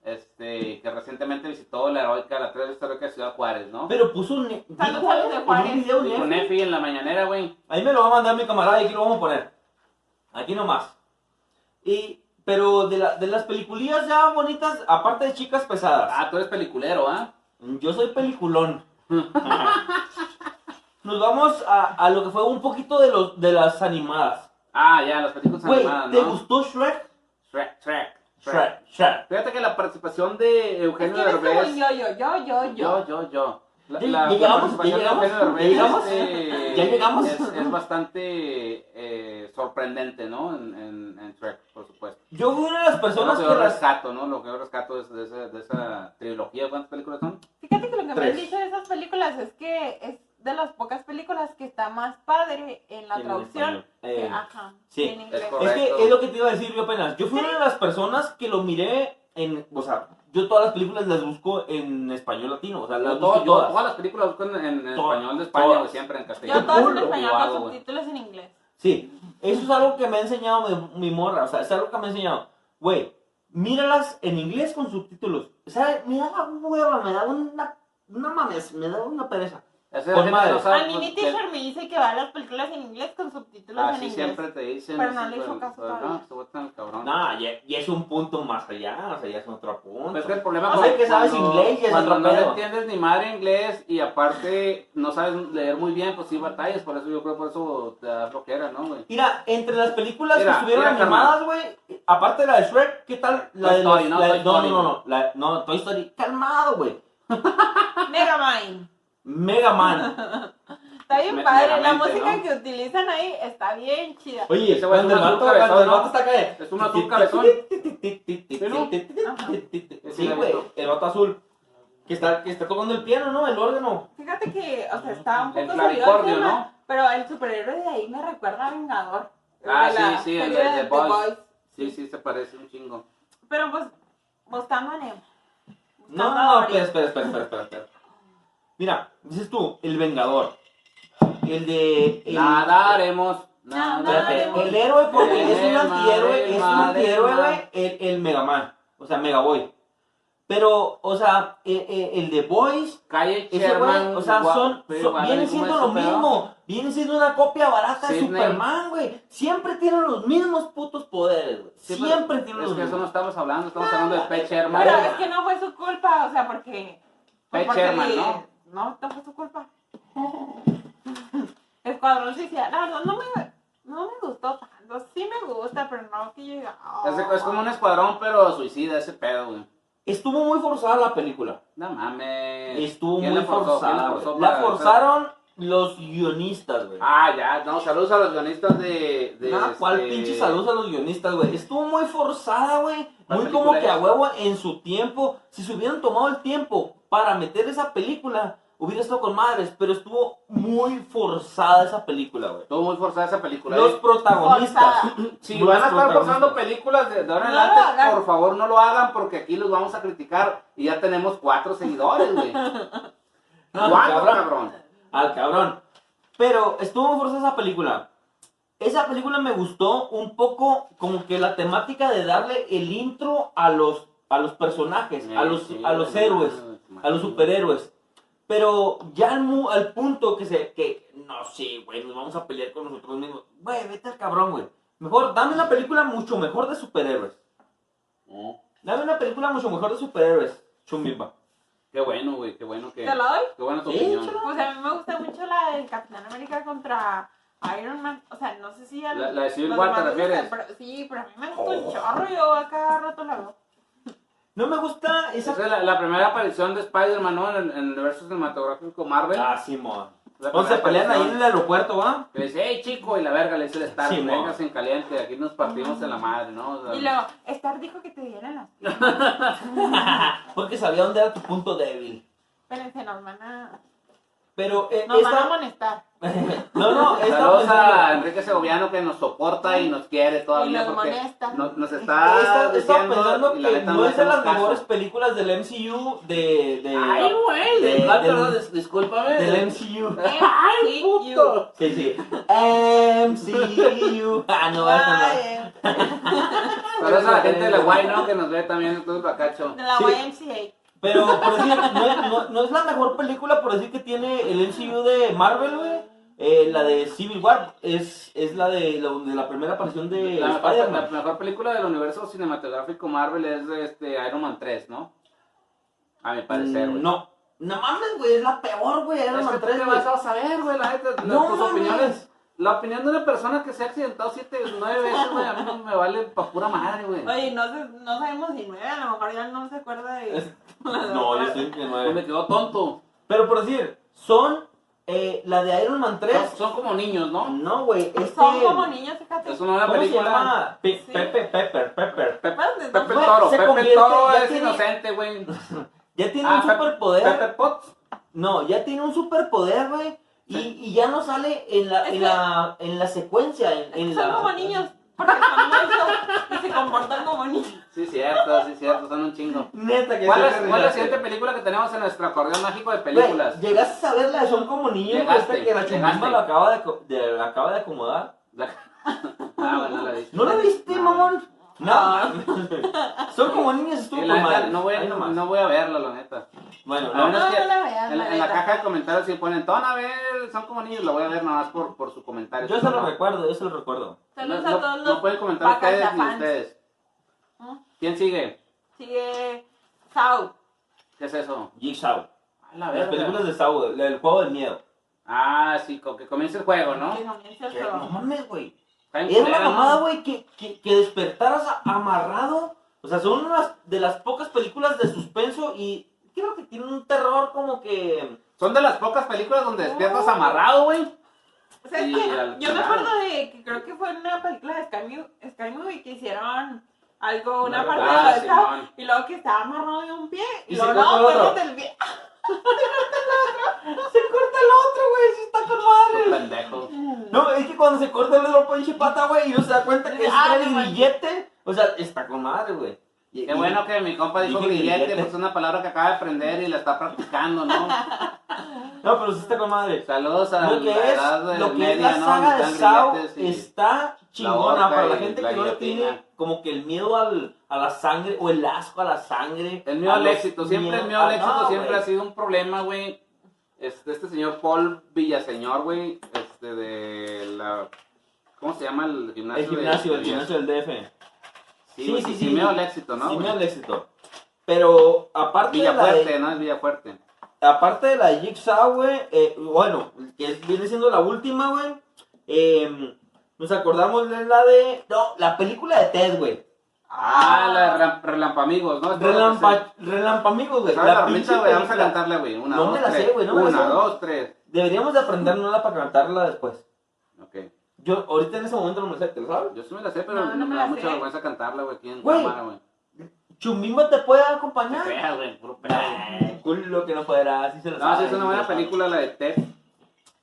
S3: Este, que recientemente visitó la heroica, la tres heroica de Ciudad Juárez, ¿no?
S2: Pero puso un. dijo,
S4: Saludos a los de
S2: en un
S4: Juárez.
S2: video,
S3: Dijo
S2: ¿no?
S3: Netflix en la mañanera, güey.
S2: Ahí me lo va a mandar mi camarada y aquí lo vamos a poner. Aquí nomás. Y, pero de, la- de las peliculillas ya bonitas, aparte de chicas pesadas,
S3: Ah, tú eres peliculero, ¿ah?
S2: yo soy peliculón. Nos vamos a, a lo que fue un poquito de, los, de las animadas.
S3: Ah, ya, las películas
S2: Güey,
S3: animadas,
S2: ¿te
S3: ¿no?
S2: gustó Shrek?
S3: Shrek, Shrek, Shrek.
S2: Shrek, Shrek.
S3: Fíjate que la participación de
S4: Es
S3: Eugenio
S4: que eres como
S3: Derbez...
S4: yo, yo, yo, yo, yo.
S3: Yo, yo, yo. La,
S2: Ya-
S3: la-
S2: ya
S3: la
S2: llegamos,
S3: participación
S2: ya
S3: de
S2: llegamos,
S3: Eugenio
S2: ya
S3: Derbez, este,
S2: Ya llegamos.
S3: Es, es bastante eh, sorprendente, ¿no? En, en, en Shrek, por supuesto.
S2: Yo fui una de las
S3: Es Lo
S2: personas
S3: que
S2: que
S3: yo
S2: las...
S3: rescato, ¿no? Lo que yo rescato es de, esa- de esa trilogía. ¿Cuántas películas son?
S4: Fíjate que lo que me
S2: Tres.
S4: han dicho de esas películas es que es de las pocas películas que está más padre en la
S2: Sí, en español.
S4: traducción. ah.
S2: Eh,
S4: que- ajá,
S2: sí,
S4: que en inglés.
S3: es
S2: Es
S3: correcto.
S2: que es lo que te iba a decir yo apenas. Yo fui una de las personas que lo miré en... O sea, yo todas las películas las busco en español latino. O sea, las
S3: Yo,
S2: busco
S3: yo
S2: todas.
S3: Pues todas las películas busco en, en
S2: Todas,
S3: español de España,
S2: todas.
S3: güey, siempre en castellano.
S4: Yo todas en
S2: culo,
S4: español
S3: guau,
S4: con
S3: güey.
S4: subtítulos en inglés.
S2: Sí. Eso es algo que me ha enseñado mi, mi morra. O sea, es algo que me ha enseñado. Güey, míralas en inglés con subtítulos. O sea, me da una hueva, me da una... Una mames, me da una pereza.
S3: Esa
S2: Con
S3: gente
S2: madre.
S3: no sabe,
S4: A mí
S3: pues,
S4: mi
S3: que-
S4: teacher me dice que va a las películas en inglés con subtítulos en
S3: Así
S4: inglés.
S3: siempre te dicen.
S4: Pero no
S3: así,
S4: le hizo
S3: pues,
S4: caso
S3: pues,
S4: todavía.
S3: No, se fue tan cabrón.
S2: Nah, ya, ya es un punto más allá. O sea, ya es otro punto.
S3: Pues es que el problema
S2: O sea, que sabes inglés y es
S3: cuando
S2: otro
S3: no
S2: pedo.
S3: entiendes ni madre inglés y aparte no sabes leer muy bien, pues sí batallas, por eso yo creo por eso te da flojera, ¿no, güey?
S2: Mira, entre las películas
S3: Mira,
S2: que estuvieron
S3: mira,
S2: animadas, güey, aparte de la de Shrek, ¿qué tal? La
S3: Toy
S2: de los-
S3: Story, ¿no?
S2: la de-
S3: Toy
S2: no,
S3: Story.
S2: no, no, la- no, Toy Story, calmado, güey.
S4: Megamind.
S2: Mega
S3: <laughs>
S2: Man.
S4: Está bien
S3: Me-
S4: padre. La
S3: meramente,
S4: música
S3: ¿no?
S4: que utilizan ahí está bien chida.
S2: Oye,
S3: Ese güey es
S2: cuando el
S3: un azul
S2: vato,
S3: cabezón,
S2: cuando el
S3: ¿no?
S2: vato está acá de-
S3: Es un azul cabezón. ¿Pero?
S4: Ajá.
S2: Sí, güey, el vato azul. Que está, que está tocando el piano, ¿no? El órgano.
S4: Fíjate que, o sea, está un
S3: El
S4: poco salido el
S3: clavicordio,
S4: tema,
S3: ¿no?
S4: pero el superhéroe de ahí me recuerda a Vengador. El
S3: Ah,
S4: de la
S3: sí, sí, el
S4: serie
S3: de
S4: de
S3: The
S4: The
S3: Boys.
S4: Boys.
S3: Sí, sí, se parece un chingo.
S4: Pero pues, buscando en él.
S2: No, no, no, espera, espera, espera, espera, espera, espera. Mira, dices tú, el Vengador. El de. El,
S3: Nadaremos.
S2: Espérate,
S4: Nadaremos.
S2: el héroe, porque
S3: El
S2: es un
S3: Emma,
S2: antihéroe, es un
S3: Emma,
S2: antihéroe,
S3: Emma.
S2: güey, el, el Megaman, o sea, Megaboy. Pero, o sea, el, el- el de Boys,
S3: Calle
S2: ese güey,
S3: Sherman.
S2: o sea,
S3: Gua-
S2: son,
S3: Pero
S2: son-
S3: Guadalupe,
S2: viene siendo
S3: ¿cómo
S2: lo
S3: es ese pedo?
S2: mismo, viene siendo una copia barata de
S3: Sidney.
S2: Superman, güey. Siempre tienen los mismos putos poderes, güey.
S3: Sí, pero
S2: Siempre tienen
S3: Es
S2: los
S3: que eso no
S2: mismos.
S3: estamos hablando,
S2: Ah,
S3: estamos hablando de Pet Sherman.
S4: Pero es que no fue su culpa, o sea, porque. pues,
S3: Pet
S4: porque
S3: Sherman,
S4: le-
S3: ¿no?
S4: No, no fue su culpa. <laughs> Escuadrón Suicida, la verdad, no me, no me gustó tanto. Sí me gusta, pero no que yo diga. "Oh".
S3: Es, es como un escuadrón, pero suicida ese pedo, güey.
S2: Estuvo muy forzada la película.
S3: No mames.
S2: Estuvo
S3: Eh, ¿Quién
S2: muy
S3: la forzó? ¿Quién
S2: forzada. güey.
S3: forzó
S2: La
S3: para-
S2: forzaron los guionistas, güey.
S3: Ah, ya, no, saludos a los guionistas de. de
S2: Nada, cuál
S3: este-
S2: pinche saludos a los guionistas, güey. Estuvo muy forzada, güey.
S3: ¿Cuál
S2: Muy
S3: película
S2: como que
S3: es?
S2: a huevo en su tiempo. Si se hubieran tomado el tiempo para meter esa película, hubiera estado con madres. Pero estuvo muy forzada esa película, güey.
S3: Estuvo muy forzada esa película.
S2: Los
S3: eh.
S2: protagonistas.
S4: Forzada.
S3: Si
S2: Los
S3: van a estar
S2: protagonistas.
S3: forzando películas de, de ahora en
S4: No lo
S3: adelante,
S4: hagan.
S3: por favor no lo hagan porque aquí los vamos a criticar y ya tenemos cuatro seguidores, güey.
S2: <laughs> No,
S3: ¿Cuatro,
S2: cabrón.
S3: cabrón?
S2: Al cabrón. Pero estuvo muy forzada esa película. Esa película me gustó un poco como que la temática de darle el intro a los, a los personajes, a los, a los héroes, a los superhéroes. Pero ya al, mu- al punto que se que no sí, güey, nos vamos a pelear con nosotros mismos. Güey, vete al cabrón, güey. Mejor dame una película mucho mejor de superhéroes.
S3: Oh,
S2: Dame una película mucho mejor de superhéroes. Chumimba.
S3: qué bueno, güey, qué bueno que.
S4: ¿Te la doy?
S3: Qué buena tu
S2: Sí,
S3: opinión.
S2: chula.
S4: Pues a mí me gusta mucho la del Capitán América contra Iron Man. O sea, no sé si. a
S3: La- la de Civil
S4: los
S3: War, ¿te
S4: demás les
S3: refieres? Oh.
S4: gusta, pero- sí, pero a mí me gusta un chorro. Yo a cada rato la veo.
S2: No me gusta esa
S3: Esa es la, la primera aparición de Spider-Man, ¿no? En el, en el universo cinematográfico Marvel.
S2: Ah, Simón.
S3: La
S2: Entonces se
S3: primera
S2: pelean ahí en
S3: aparición.
S2: el aeropuerto, ¿va?
S3: Que le dice, hey chico, y la verga le dice el Stark,
S2: Sí, mo.
S3: vengas en caliente, aquí nos partimos en la madre, ¿no? O sea,
S4: Y luego, Star dijo que te dieran las
S2: Porque sabía dónde era tu punto débil.
S4: Espérense, nos van a.
S2: Pero eh,
S4: Nos van a
S2: esta...
S4: amonestar.
S2: <laughs> no, no, esta... pues,
S3: Saludos a
S2: pensando-
S3: Enrique Segoviano que nos soporta y nos quiere todavía.
S4: Y nos
S3: porque
S4: molesta.
S3: Nos, nos está
S2: Esta, pues, estaba
S3: diciendo
S2: pensando
S3: y
S2: que
S3: la neta
S2: no
S3: le
S2: es de
S3: hacemos
S2: las
S3: caso.
S2: mejores películas del MCU de... de
S3: Ay, güey,
S2: de-
S3: de- ay,
S2: del-
S3: perdón, dis- discúlpame.
S2: del MCU.
S4: ¡Ay,
S3: Puto.
S2: Sí, sí. MCU. Ah, no, esta
S3: Saludos a la gente de la Guay, ¿no? Que nos ve también el Club Bacacho.
S4: De la
S2: Sí.
S4: YMCA.
S2: no. Pero, por decir, no, es- no- no es la mejor película, por decir, que tiene el MCU de Marvel, güey. Eh, la de Civil War es, es la de la, de la primera aparición de
S3: La mejor,
S2: Spider-Man.
S3: la mejor película del universo cinematográfico Marvel es este Iron Man 3, ¿no? A mi parecer, güey.
S2: Mm, No. No mames, güey, es la peor, güey. Iron
S3: Es que
S2: Man
S3: tú
S2: 3,
S3: qué
S2: güey.
S3: vas a saber, güey, la neta, la-
S2: No
S3: tus
S2: mames.
S3: opiniones. La opinión de una persona que se ha accidentado siete, nueve veces, güey, a mí no me vale pa' pura madre, güey.
S4: Oye, no, sé- no sabemos si nueve, a lo mejor ya no se acuerda <laughs> de.
S2: No, yo estoy que
S3: Pues me
S2: no.
S3: quedó tonto.
S2: Pero por decir, son eh, la de Iron Man 3.
S3: Son, son como niños, ¿no?
S2: No, güey, este...
S4: Son como niños, fíjate.
S3: Es una nueva
S2: ¿Cómo
S3: película.
S2: se llama? Pe-
S4: Sí.
S2: Pepe, Pepper, Pepper.
S3: Pepe,
S4: Pepe
S3: Pepe
S2: Güey,
S3: Toro.
S2: se
S3: Pepe
S2: convierte-
S3: Toro
S2: ya
S3: es
S2: tiene-
S3: inocente, güey.
S2: Ya tiene
S3: Ah,
S2: un
S3: Pepe-
S2: superpoder.
S3: Pepe Potts.
S2: No, ya tiene un superpoder, güey. Y, y ya no sale en la,
S4: Es
S2: en
S4: que-
S2: la, en la secuencia. En, en
S4: Son
S2: la...
S4: como niños. Porque son niños <laughs> y se comportan como niños.
S3: Sí, cierto, sí, cierto, son un chingo.
S2: Neta que
S3: ¿Cuál
S2: se
S3: es,
S2: hace
S3: cuál es la
S2: relax.
S3: siguiente película que tenemos en nuestro acordeón mágico de
S2: Güey,
S3: películas?
S2: Llegaste a saber la de Son como niños, güey,
S3: Llegaste,
S2: esta que la chumbamba
S3: llegaste.
S2: lo acaba de, aco- de- la acaba de acomodar.
S3: La- <laughs> Ah, bueno, no la viste.
S2: ¿No la viste,
S3: No.
S2: mamón? No. Son como niños, estuvo
S3: Sí,
S2: con
S3: la neta,
S2: madres.
S3: no, voy a,
S2: Ahí nomás.
S3: no voy a verla, la neta.
S2: Bueno,
S3: A
S2: no.
S3: menos
S4: No,
S3: que
S4: no la veas,
S3: en,
S4: la
S3: en la
S4: neta.
S3: caja de comentarios si ponen, Ton, a ver, son como niños, la voy a ver nada más por, por su comentario.
S2: Yo se lo
S3: No,
S2: recuerdo, yo se lo recuerdo.
S4: Saludos
S3: no-
S4: a
S3: no-
S4: todos los.
S3: No pueden comentar ustedes ni
S4: Bacachafans.
S3: ustedes.
S4: ¿Mm?
S3: ¿Quién sigue?
S4: Sigue. Sau.
S3: ¿Qué es eso?
S2: Jigsaw.
S3: A la
S2: Las
S3: verga.
S2: películas de Saw, el del juego del miedo.
S3: Ah, sí, con que comience el juego, ¿no?
S4: Que comienza el
S2: Que, No
S4: juego.
S2: mames, güey.
S3: Está bien
S2: Era una
S3: culera, ¿no?
S2: mamada, güey, que, que, que despertaras a- amarrado. O sea, son unas de las pocas películas de suspenso y creo que tienen un terror como que...
S3: Son de las pocas películas donde despiertas
S4: No.
S3: amarrado, güey.
S4: O sea, es
S3: Y
S4: que
S3: al
S4: yo me
S3: final.
S4: acuerdo de que creo que fue en una película de Sky, Mu- Sky Movie que hicieron algo, una
S3: Una
S4: parte de
S3: verdad,
S4: lo de Sao,
S3: Simón.
S4: y luego que estaba amarrado de un pie, y,
S2: Y se
S4: luego
S2: corta
S4: no,
S2: el otro.
S4: cuélgate el pie.
S2: Se corta el otro, güey, si está con
S3: Tú
S2: madre.
S3: pendejo.
S2: No, es que cuando se corta el otro pinche pata, güey, y no se da cuenta que es
S4: Ah,
S2: el
S4: no manches.
S2: billete. O sea, está con madre, güey. Y-
S3: Qué
S2: y-
S3: bueno que mi compa dijo
S2: Dije
S3: grillete,
S2: grillete.
S3: pues es una palabra que acaba de aprender y la está practicando,
S2: <laughs>
S3: ¿no?
S2: No, pero sí está con madre.
S3: Saludos a
S2: Lo que
S3: la
S2: es,
S3: edad de
S2: lo que es
S3: media,
S2: la
S3: ¿no?
S2: saga de
S3: Están
S2: Sao
S3: grilletes y-
S2: está
S3: horca
S2: chingona para la
S3: y
S2: gente
S3: la
S2: que no le
S3: guillotina.
S2: tiene como que el miedo al, a la sangre o el asco a la sangre.
S3: El miedo
S2: a
S3: al
S2: los
S3: éxito, siempre
S2: miedos-
S3: el miedo al
S2: ah,
S3: éxito
S2: no,
S3: siempre
S2: güey.
S3: ha sido un problema, güey. Este, este señor Paul Villaseñor, güey, este de la ¿cómo se llama el gimnasio?
S2: El gimnasio,
S3: de-
S2: el
S3: de Villa-
S2: gimnasio del DF.
S3: Sí, sí, sí, miedo al éxito, ¿no?
S2: Sí,
S3: güey?
S2: miedo al éxito. Pero aparte de la de-
S3: Villafuerte, ¿no? Es Villafuerte.
S2: Aparte de la de Jigsaw, güey, eh, bueno, que es- viene siendo la última, güey. eh, nos acordamos de la de. No, la película de Ted, güey.
S3: Ah, la de Ram- Relampamigos, ¿no? Este
S2: Relampa, Relampamigos, güey.
S3: ¿Sabes la
S2: pinche
S3: remisa, güey? Vamos a
S2: película.
S3: cantarla, güey. Una,
S2: No
S3: dos,
S2: me la sé,
S3: tres.
S2: güey, no me la
S3: Una,
S2: sé.
S3: dos, tres.
S2: Deberíamos de aprendérnosla para cantarla después.
S3: Ok.
S2: Yo, ahorita en ese momento no me la sé, ¿te lo sabes?
S3: Yo sí me la sé, pero
S4: No,
S3: me
S4: no me
S3: da
S4: la
S3: mucha
S4: sé.
S3: vergüenza cantarla, güey, aquí en
S2: Güey.
S3: cámara, güey.
S2: ¿Chumbimba te puede acompañar?
S3: Fea, güey, puro pedo.
S2: Nah, Culo que no podrá, así se lo
S3: No, sí,
S2: sabe,
S3: es una
S2: sí
S3: buena
S2: se lo sabe.
S3: película la de Ted.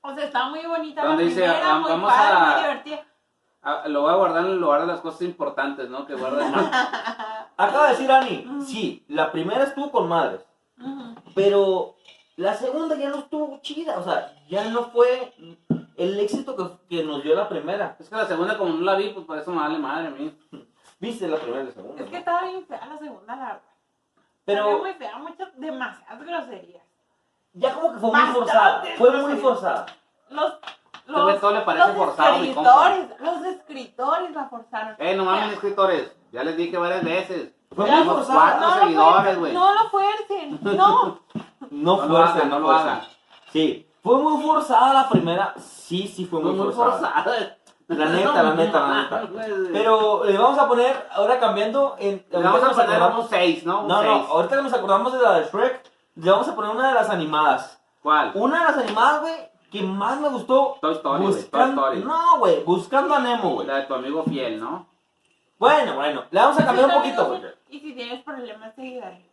S4: O sea, está muy bonita la
S3: Donde dice,
S4: primera,
S3: ah,
S4: muy
S3: vamos
S4: padre,
S3: a-
S4: muy divertida.
S3: Ah, lo voy a guardar en el lugar de las cosas importantes, ¿no?
S2: <laughs>
S3: Que guardas.
S2: Acaba de decir
S4: Ah.
S2: Ani, sí, la primera estuvo con madres.
S4: Ujú.
S2: Pero la segunda ya no estuvo chida, o sea, ya no fue el éxito que, que nos dio la primera.
S3: es que la segunda, como no la vi, pues por eso me vale madre a mí.
S2: Viste la primera y la segunda.
S4: Es que
S2: ¿no?
S4: estaba bien fea la segunda, la verdad. Había
S2: Pero
S4: muy fea, muchas, demasiadas groserías.
S2: ya como que fue muy
S4: Bastante
S2: forzada, fue muy
S4: grosería.
S2: forzada.
S4: Los,
S3: güey
S4: los,
S3: todo le parece
S4: los
S3: forzado, mi compa.
S4: escritores, los escritores la forzaron.
S3: Eh, no mames, escritores. Ya les dije varias veces.
S2: Fue
S4: Ya,
S2: muy
S3: Tenemos
S2: forzada.
S3: cuatro
S4: No lo
S3: seguidores,
S4: fuercen,
S3: güey.
S4: No lo fuercen,
S3: <laughs>
S4: no.
S2: No
S3: No lo
S2: fuerza,
S3: hagan,
S2: no
S3: no
S2: lo
S3: lo
S2: hagan.
S3: hagan.
S2: Sí, fue muy forzada la primera, sí, sí fue
S3: Fue
S2: muy,
S3: muy
S2: forzada.
S3: forzada.
S2: La neta, la neta, la neta. Pero le vamos a poner, ahora cambiando, en,
S3: Le vamos
S2: ahorita
S3: a
S2: nos
S3: poner
S2: acordamos-
S3: un 6, ¿no? Un
S2: No, no,
S3: seis.
S2: ahorita que nos acordamos de la de Shrek, le vamos a poner una de las animadas.
S3: ¿Cuál?
S2: Una de las animadas, güey, que más me gustó.
S3: Toy Story, güey,
S2: Buscan-
S3: Toy Story.
S2: No, güey, buscando a Nemo, güey.
S3: La de tu amigo fiel, ¿no?
S2: Bueno, bueno, le vamos a cambiar un poquito, güey.
S4: Y si tienes problemas, te ayudaré.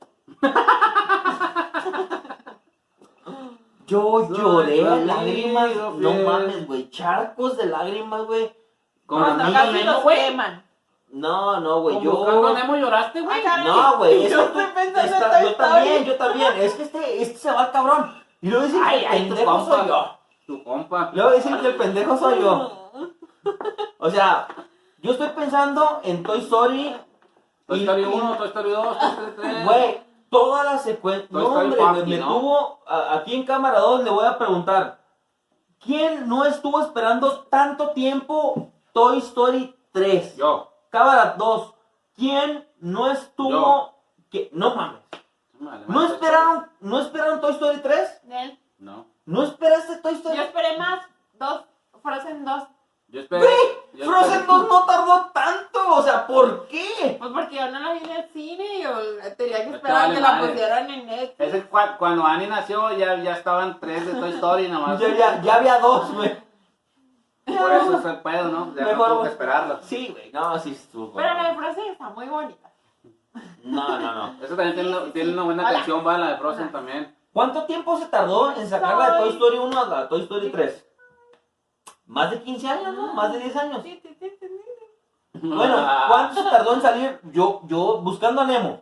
S2: Yo
S3: Soy
S2: lloré
S3: tu amigo
S2: lágrimas, no
S3: fiel.
S2: mames, güey, charcos de lágrimas, güey.
S3: Como
S2: Cuando
S3: a mí,
S2: acá
S4: Casi
S2: sí
S3: Nemo,
S4: los
S3: güey.
S4: queman.
S2: No, no, güey,
S3: Como
S2: yo...
S3: buscando a Nemo lloraste, güey.
S4: Ajá.
S2: No, güey, es
S4: Yo
S2: que tú-
S4: estoy pensando
S2: está-
S4: en Toy
S2: yo también,
S4: Story.
S2: yo también, es que este, este se va al cabrón. Y luego dicen
S3: Ay,
S2: que
S3: ay,
S2: el
S3: tus
S2: pendejo soy
S3: compas.
S2: yo.
S3: Tu compa.
S2: Luego dicen que el pendejo soy yo.
S4: Mm.
S2: O sea, yo estoy pensando en Toy Story.
S3: Toy
S2: y-
S3: Story
S2: y-
S3: 1, Toy Story 2, Toy Story 3.
S2: Güey, toda la secuencia.
S3: Toy
S2: No,
S3: Story
S2: hombre, güey,
S3: Party,
S2: me
S3: ¿no?
S2: tuvo. a- aquí en cámara 2 le voy a preguntar: ¿quién no estuvo esperando tanto tiempo Toy Story 3?
S3: Yo.
S2: Cámara 2, ¿quién no estuvo.
S3: Yo.
S2: que- no mames.
S3: Vale,
S2: ¿No
S3: vale,
S2: esperaron, ¿No esperaron Toy Story 3?
S4: Nel,
S3: No.
S2: ¿No esperaste Toy
S4: Yo
S2: Story
S4: esperé más. Dos, Frozen dos.
S3: Yo esperé.
S2: Güey,
S3: yo
S2: Frozen
S3: esperé-
S2: 2 no tardó tanto. O sea, ¿por qué?
S4: Pues porque yo no la vi en el cine. Yo tenía
S3: No
S4: que
S3: te
S4: esperar a
S3: Pues vale
S4: que la
S3: madre.
S4: pusieran en Netflix.
S3: Es el cua- cuando Annie nació ya, ya estaban tres de Toy Story
S2: <laughs>
S3: nomás.
S2: Ya, ya- ya había dos, güey.
S3: Por eso es el pedo, ¿no? Ya
S2: Mejor,
S3: no tuvo
S2: güey.
S3: que esperarlo.
S2: Sí, güey. No, sí estuvo.
S4: Pero la de Frozen está
S3: <laughs>
S4: muy bonita.
S2: No, no, no.
S3: Eso también tiene,
S4: Sí, sí,
S3: tiene
S4: sí.
S3: una buena
S4: Hola.
S3: canción, va, la de Frozen
S4: Hola.
S3: también.
S2: ¿Cuánto tiempo se tardó en sacar la de Toy Story 1 a la de Toy Story 3? Más de 15 años, ¿no? Más de 10 años.
S4: Sí, sí, sí, sí, sí.
S2: Bueno,
S3: Ah.
S2: ¿cuánto se tardó en salir? Yo, yo, buscando a Nemo.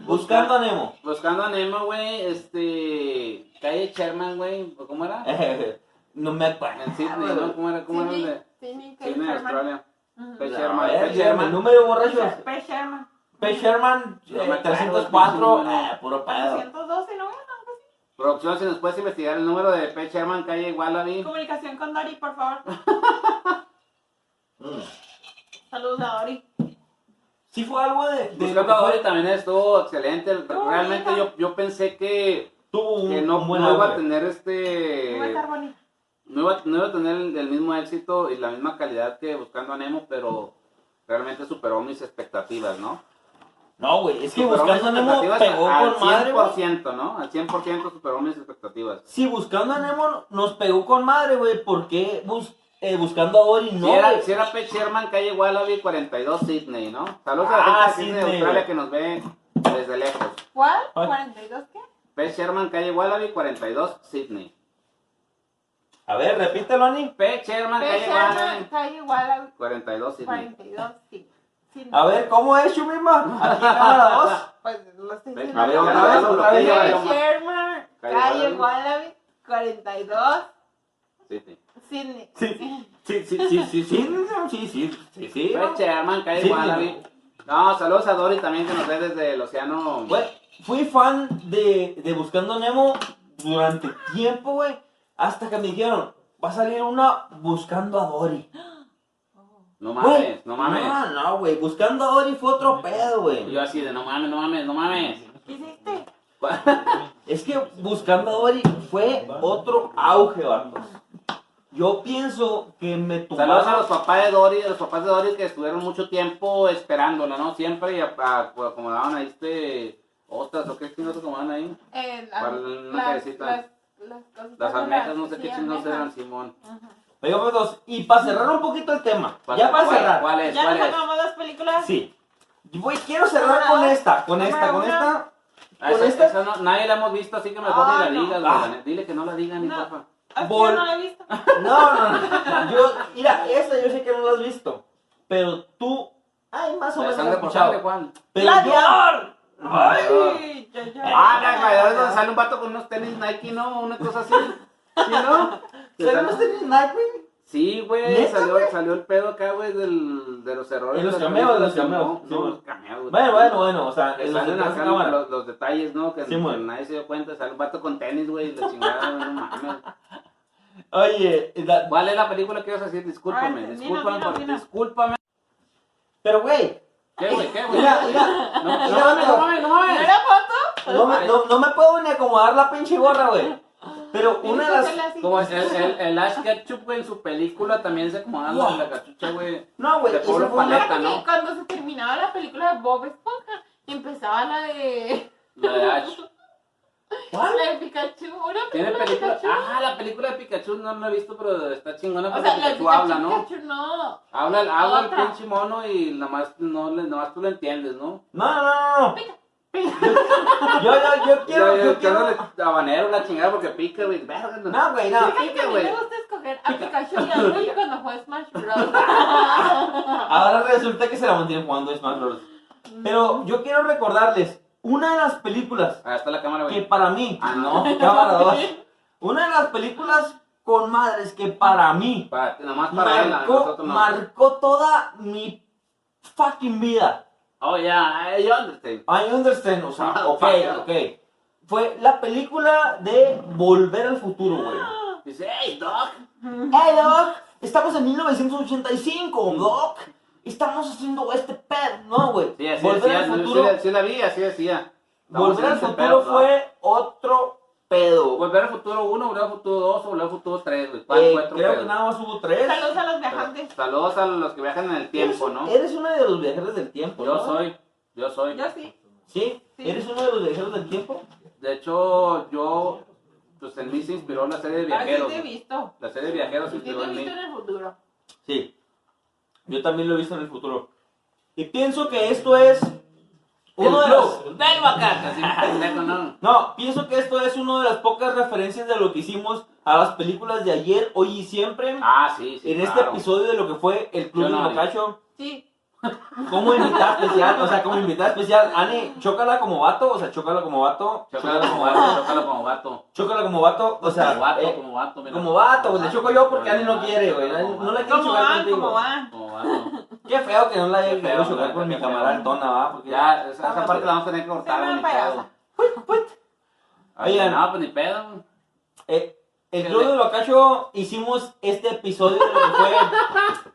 S2: Buscando a Nemo.
S3: Buscando a Nemo, güey, este... Calle Sherman, güey, ¿o ¿cómo era?
S2: Eh, <laughs> ah, no me acuerdo.
S3: En Sydney, ¿no? ¿Cómo era? ¿Cómo era? el de-
S4: Sidney, Sidney,
S3: Sydney,
S4: Sherman.
S3: Australia.
S4: Ujú.
S3: Pe
S2: A
S3: Sherman,
S2: ver,
S3: Pe
S2: dígame el
S3: Sherman.
S2: número borracho.
S4: Pe Sherman.
S2: P. Sherman,
S3: No me
S2: eh,
S3: acuerdo,
S2: 304.
S3: pinche número.
S2: Ah, puro pedo.
S4: 412, ¿no?
S3: Producción, si nos puedes investigar el número de P. Sherman, calle Wallaby.
S4: Comunicación con Dori, por favor.
S2: <laughs> Mm.
S4: Saludos a Dori.
S2: Sí fue algo de... de
S3: Buscando a Dory también estuvo excelente. Realmente
S4: bonita.
S3: yo, yo pensé que,
S2: Tuvo un,
S3: que no,
S2: un buen
S3: no iba a
S2: auge.
S3: tener
S2: Eh,
S4: Va
S3: este.
S4: a estar bonita.
S3: No iba, no iba a tener el, el mismo éxito y la misma calidad que buscando a Nemo, pero realmente superó mis expectativas, ¿no?
S2: No, güey, es que
S3: Superó mis
S2: buscando a Nemo
S3: expectativas
S2: pegó
S3: al
S2: con madre, güey.
S3: 100%, ¿no? Al 100% superó mis expectativas.
S2: Si buscando a Nemo nos pegó con madre, güey, ¿por qué bus- eh, buscando a Dory no?
S3: si, era,
S2: güey?
S3: si era P. Sherman, calle Wallaby 42, Sydney, ¿no? Saludos a
S2: Ah,
S3: la gente de Sydney,
S2: Sydney,
S3: Australia
S2: güey.
S3: que nos ve desde lejos.
S4: ¿Cuál?
S2: Ay.
S4: ¿42 qué?
S3: P. Sherman, calle Wallaby 42, Sydney.
S2: A ver, repítelo, Ani.
S3: P. Sherman,
S4: Pe
S3: calle
S4: Sherman
S3: Wallaby
S4: está igual a
S3: 42, Sydney.
S4: 42, sí. Sí,
S2: A ver, ¿cómo es, Shumima? Aquí
S3: <laughs>
S2: cámara
S4: Pues lo estoy
S3: Ven,
S4: diciendo.
S2: a ver, otra vez, otra vez.
S4: Calle
S3: Guadalupe.
S4: Sherman,
S3: Calle
S4: calle
S3: Guadalupe.
S4: Guadalupe, 42,
S3: Sí, sí.
S4: Sydney.
S2: 2. Sí, sí, sí, sí, sí, sí, sí, sí, sí, sí, sí.
S3: Fue Sherman, calle
S2: Sí,
S3: Wallaby. No, saludos a Dory también que nos ve desde el océano.
S2: Güey, fui fan de, de Buscando Nemo durante tiempo, güey. Hasta que me dijeron, va a salir una Buscando a Dory.
S3: No
S2: Güey,
S3: mames, no mames.
S2: No, no, güey. Buscando a Dory fue otro pedo,
S3: Y
S2: güey.
S3: Yo así de no mames, no mames, no mames.
S4: ¿Qué hiciste?
S2: Es que Buscando a Dory fue otro auge, vatos. Yo pienso que me
S3: Saludos a los
S2: tumbaron.
S3: papás de Dory, a los papás de Dory que estuvieron mucho tiempo esperándola, ¿no? Siempre y a- a- pues, acomodaban ahí este. Ostras, ¿o qué chingados acomodaban ahí?
S4: Eh, las,
S3: ¿Cuál
S4: las-
S3: cabecita?
S4: las, Pues las, cositas
S3: Las
S4: de
S3: almejas, no sé
S4: sí,
S3: qué chingados
S4: almejas.
S3: eran, Simón.
S4: Ajá.
S2: Oigan, vatos, y para cerrar un poquito el tema.
S3: ¿Cuál-
S2: Ya para
S3: cuál-
S2: cerrar.
S3: ¿Cuál es?
S4: Ya
S3: ¿Cuál
S4: nos
S3: es?
S4: acabamos las películas.
S2: Sí. Güey, quiero cerrar con esta, con esta, con esta.
S3: Ah, esa-
S2: ¿Con esta?
S3: esa no- nadie la hemos visto, así que mejor
S4: Ah,
S3: ni la
S4: no.
S3: digas,
S2: Ah.
S3: güey. Dile que no la digan, ni
S4: No.
S3: porfa.
S4: Ah, sí,
S2: Vol-
S4: no la he visto.
S2: No, no, no. Yo, mira, esta yo sé que no la has visto. Pero tú. Ay, más o menos la
S3: La de
S2: has
S3: sangre por sangre,
S2: escuchado.
S3: Juan.
S2: Pero
S4: ¡Gladiador!
S2: yo-
S4: ¡Ay! Ya, ya.
S3: Ah, la gladiador donde sale un vato con unos tenis Nike, ¿no? Una cosa así. ¿Sí, no?
S2: ¿Salió los tenis Nightwing?
S3: Sí, güey,
S2: ¿Neta,
S3: salió,
S2: güey?
S3: salió el pedo acá, güey, del, de los errores.
S2: De los
S3: de las
S2: cameos, de los
S3: películas,
S2: cameos,
S3: ¿no?
S2: sí,
S3: No,
S2: güey.
S3: los cameos.
S2: Bueno, bueno, bueno. O sea,
S3: Que
S2: en los
S3: salen
S2: detrás de
S3: acá
S2: la cámara.
S3: los, los detalles, ¿no? Que,
S2: Sí,
S3: que
S2: güey.
S3: nadie se dio cuenta. Sale un vato con tenis, güey, y la chingada, no mames.
S2: Oye, la-
S3: ¿Cuál es la película que ibas a decir? Discúlpame,
S4: Ay, dino,
S3: discúlpame,
S4: dino,
S3: por-
S4: dino.
S3: discúlpame.
S2: pero güey.
S3: ¿Qué, güey? ¿Qué, güey?
S2: Mira, mira.
S3: No, no, mames, no mames, no
S4: ¿No
S3: mames.
S4: era foto?
S3: Pues,
S2: No me, no, no me puedo ni acomodar la pinche gorra, güey. Pero una de
S4: Tienes que hacerla
S2: las.
S4: así.
S3: Como el, el, el Ash Ketchum, güey, en su película también se acomodaba la- la cachucha, güey.
S2: No, güey.
S3: De
S2: esa fue
S3: Pablo
S2: una-
S3: Paleta, ¿no?
S4: Y Cuando se terminaba la película de Bob Esponja, empezaba la de...
S3: La de Ash.
S2: ¿Cuál?
S4: La de Pikachu. Una
S3: ¿Ah? Tiene
S4: película de
S3: película.
S4: Pikachu.
S3: Ah, la película de Pikachu no la he visto, pero está chingona
S4: o
S3: porque
S4: sea, la de
S3: Pikachu
S4: Pikachu,
S3: habla, ¿no?
S4: Pikachu no.
S3: Habla, habla el
S4: Otra.
S3: pinche mono y nomás, no, le- nomás tú lo entiendes, ¿no?
S2: No, no, no, no. Yo, <laughs> yo, yo quiero.
S3: Yo-
S2: Yo
S3: yo
S2: quiero.
S3: le- habanero la chingada porque pica, güey. Verga, no.
S2: No, güey,
S4: <laughs>
S2: no.
S3: Sí,
S4: Fíjate que a mí
S3: güey.
S4: me gusta escoger a Pikachu y a
S3: <laughs>
S4: Rush cuando juega Smash Bros.
S2: Ahora resulta que se la mantienen jugando Smash Bros. Pero yo quiero recordarles una de las películas
S3: Ahí está la cámara,
S2: que
S3: güey.
S2: para mí,
S3: Ah,
S2: <laughs>
S3: no.
S2: cámara 2, una de las películas con madres que para mí
S3: Para, nomás Ah, para ella,
S2: marcó,
S3: nosotros no.
S2: marcó toda mi fucking vida.
S3: Oh, ya, este, yeah, I understand.
S2: I understand, o sea,
S3: Ah,
S2: ok,
S3: Falla.
S2: ok. Fue la película de Volver al Futuro, güey.
S3: Dice, hey, Doc.
S2: Hey, Doc, estamos en 1985,
S3: Mm.
S2: Doc. Estamos haciendo este pedo, ¿no, güey?
S3: Sí, así
S2: Volver
S3: decía,
S2: al
S3: sí, sí,
S2: futuro.
S3: sí, la vi, así decía. Vamos
S2: Volver
S3: a
S2: al
S3: hacer este
S2: futuro
S3: pedo, Doc.
S2: fue otro pedo. güey.
S3: Volver al futuro 1, volver al futuro 2, volver al futuro 3, güey. ¿Cuál
S2: Eh,
S3: fue otro
S2: creo
S3: pedo?
S2: que nada más hubo tres.
S4: <laughs> Saludos a los viajantes.
S3: Saludos a los que viajan en el tiempo,
S2: Eres-
S3: ¿no?
S2: Eres uno de los viajeros del tiempo.
S3: Yo
S2: ¿no?
S3: soy, yo soy.
S4: Yo sí.
S2: ¿Sí?
S4: Sí.
S2: eres uno de los viajeros del tiempo.
S3: De hecho, yo, pues en mí se inspiró la serie de
S4: Así
S3: viajeros.
S4: te he
S3: güey.
S4: visto.
S3: la serie de viajeros se
S4: Sí te
S3: inspiró
S4: he
S3: en mí.
S4: visto en el futuro.
S2: Sí. Yo también lo he visto en el futuro. Y pienso que esto es uno de los.
S3: del Bacacas, sí, pendejo, ¿no?
S2: No, pienso que esto es una de las pocas referencias de lo que hicimos a las películas de ayer, hoy y siempre.
S3: Ah, sí, sí.
S2: en este
S3: claro.
S2: episodio de lo que fue el Club
S3: Yo
S2: del
S3: no, Ani.
S2: Macacho.
S4: Sí.
S2: Como invitada especial, o sea, como invitada especial. Ani, chócala como vato, o sea, chócala como vato.
S3: Chócalo como vato, chócalo como vato.
S2: Chócala como vato, o sea,
S3: como vato,
S2: eh,
S3: como vato, mira.
S2: como vato, güey, le choco yo porque Ani no
S3: vato,
S2: quiere, güey,
S3: como
S2: no le
S3: vato,
S2: quiero
S4: ¿Cómo
S2: chocar
S4: van?
S2: contigo.
S4: ¿Cómo van?
S3: Como vato.
S2: Qué feo que no la haya
S3: Qué
S2: querido
S3: feo,
S2: chocar con
S3: qué
S2: mi
S3: feo.
S2: camarada Tona, va, porque
S3: Ya, esa, esa parte la vamos a tener que cortar,
S4: Se me
S3: güey, ni
S4: payasa.
S3: pedo.
S2: Oigan.
S3: Oye, no, pues ni pedo, güey.
S2: eh, el Club del Macacho hicimos este episodio de lo que
S3: <laughs>
S2: fue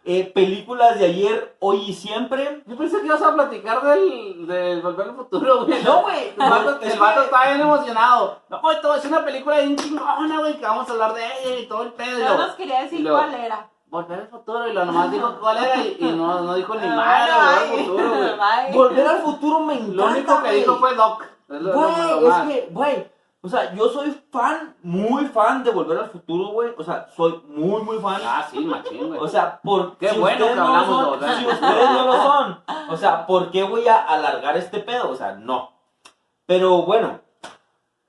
S2: eh, películas de ayer, hoy y siempre.
S3: Yo pensé que ibas a platicar del, del Volver al Futuro, güey.
S2: No, güey,
S3: El vato,
S2: es
S3: el vato
S2: que-
S3: está bien emocionado. No, güey, todo es una película bien chingona, güey, que vamos a hablar de ella y todo el pedo. Y
S4: No
S3: luego,
S4: nos quería decir
S3: Lo-
S4: cuál era.
S3: Volver al futuro, y lo nomás dijo cuál era, y, y no, no dijo ni
S4: Ah,
S3: madre,
S4: no,
S3: Volver al
S4: ay.
S2: <laughs>
S3: futuro, güey.
S4: Ay.
S2: Volver al futuro me encanta,
S3: Lo único que
S2: güey.
S3: dijo fue Doc. Es lo- lo- lo
S2: Güey, es
S3: más.
S2: que, güey, o sea, yo soy fan, muy fan de Volver al Futuro, güey. O sea, soy muy, muy fan.
S3: Ah, sí, machín, güey.
S2: O sea, por
S3: Qué bueno
S2: ustedes
S3: que
S2: no lo
S3: hablamos de
S2: son,
S3: Volver al
S2: si
S3: Futuro.
S2: ustedes no lo son, o sea, ¿por qué voy a alargar este pedo? O sea, no. Pero bueno,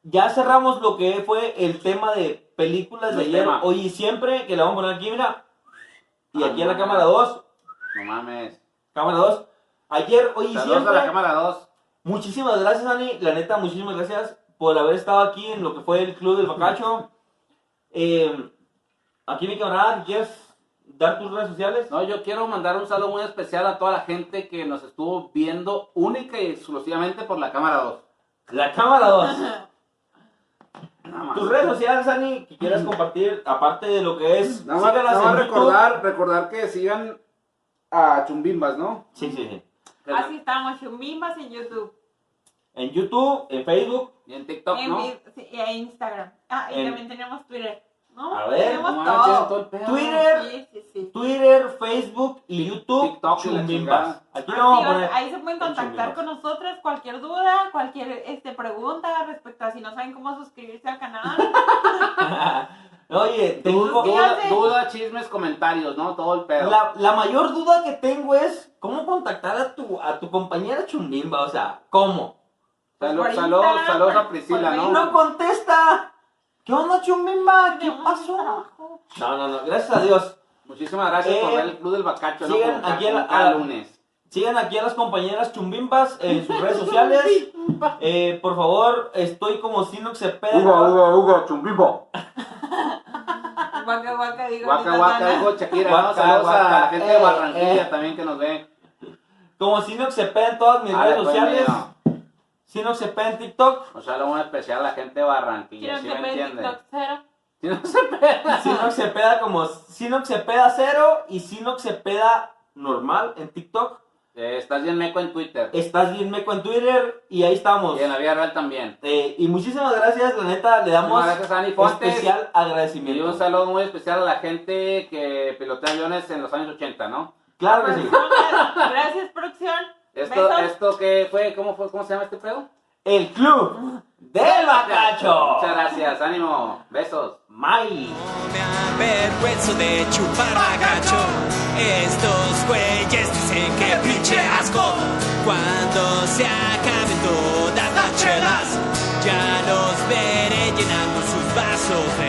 S2: ya cerramos lo que fue el tema de películas de
S3: El
S2: ayer,
S3: tema.
S2: hoy y siempre, que la vamos a poner aquí, mira. Y
S3: Ah,
S2: aquí en la
S3: no.
S2: cámara 2,
S3: no mames.
S2: cámara 2. Ayer, hoy y
S3: Saludos a la
S2: siempre.
S3: cámara 2.
S2: Muchísimas gracias, Ani. La neta, muchísimas gracias por haber estado aquí en lo que fue el Club del
S3: <laughs>
S2: Bacacho. Eh, aquí, mi camarada, ¿quieres dar tus redes sociales?
S3: No, yo quiero mandar un saludo muy especial a toda la gente que nos estuvo viendo única y exclusivamente por la cámara 2.
S2: La cámara 2.
S3: Nada más.
S2: Tus redes sociales, Ani, que quieras compartir, aparte de lo que es.
S3: Nada más,
S2: sígalas
S3: nada más
S2: en YouTube.
S3: recordar, recordar que sigan a Chumbimbas, ¿no?
S2: Sí, sí, sí.
S4: Así estamos, Chumbimbas en YouTube,
S2: En YouTube, en Facebook.
S3: Y en TikTok,
S4: en,
S3: ¿no?
S4: vi- sí, y en Instagram. Ah, y
S2: En-
S4: también tenemos Twitter. ¿No?
S2: A ver,
S4: tenemos
S3: No mames, tienen
S4: todo.
S3: todo el pedo.
S2: Twitter.
S4: Sí, sí, sí.
S2: Twitter, Facebook y YouTube.
S3: TikTok,
S2: Chumbimbas.
S3: la
S2: Aquí lo vamos a
S4: Activas,
S2: poner.
S4: ahí se pueden
S2: con Chumbimbas.
S4: contactar con nosotros cualquier duda, cualquier este, pregunta respecto a si no saben cómo suscribirse al canal.
S2: Oye,
S3: Du-
S2: tengo.
S3: Duda,
S4: Fíjate.
S3: duda, chismes, comentarios, ¿no? Todo el pedo.
S2: La, la mayor duda que tengo es cómo contactar a tu, a tu compañera Chumbimba, o sea, ¿cómo?
S3: <laughs> Salud-
S4: pues, Por
S3: saludos,
S4: Instagram,
S3: saludos a
S4: por-
S3: Priscila,
S4: por
S2: Y
S3: ¿no?
S2: no contesta. ¿Qué onda Chumbimba? ¿Qué
S4: Tenemos
S2: pasó?
S4: trabajo.
S2: No, no, no, gracias a Dios.
S3: Muchísimas gracias por
S2: Eh,
S3: ver el Club del Bacacho, ¿no?
S2: sigan
S3: Como cada-
S2: aquí a la-
S3: cada
S2: a la-
S3: lunes.
S2: Sigan aquí a las compañeras Chumbimbas en sus redes sociales. Eh, por favor, estoy como Sinox Cepeda.
S3: Hugo, Hugo, Chumbimbo.
S4: Guaca, guaca, digo.
S3: Guaca,
S4: ahorita
S3: guaca,
S4: Dana.
S3: Hugo, Shakira,
S2: Guaca,
S3: ¿no? Saludos a la
S2: guaca.
S3: gente de
S2: Eh,
S3: Barranquilla
S2: eh.
S3: también que nos ve.
S2: Como Sinox Cepeda en todas mis
S3: Ah,
S2: redes
S3: pues,
S2: sociales.
S3: mira,
S2: Sinox Cepeda en TikTok.
S3: Un saludo muy especial a la gente de Barranquilla,
S4: Quiero
S3: ¿sí
S4: que
S3: me
S4: vean
S3: entienden?
S4: TikTok cero.
S3: <laughs> Si no se pega.
S2: Sinox Cepeda como Sinox Cepeda cero y Sinox Cepeda normal en TikTok.
S3: Eh, estás bien meco en Twitter.
S2: Estás bien meco en Twitter y ahí estamos.
S3: Y en la vida real también.
S2: Eh, y muchísimas gracias, la neta, le damos
S3: Muchísimas gracias, Ani Fontes.
S2: especial
S3: Y
S2: agradecimiento.
S3: un saludo muy especial a la gente que pilotea aviones en los años 80, ¿no?
S2: Claro que sí.
S4: Gracias, producción.
S3: Esto,
S4: Besos.
S3: esto que fue, ¿cómo fue? ¿Cómo se llama este pedo?
S2: El club del bacacho.
S3: Muchas gracias, ánimo, besos.
S2: May.
S1: No me avergüenzo de chupar bagacho. Estos güeyes dicen que pinche asco. Cuando se acaben todas las chelas, ya los veré llenando sus vasos de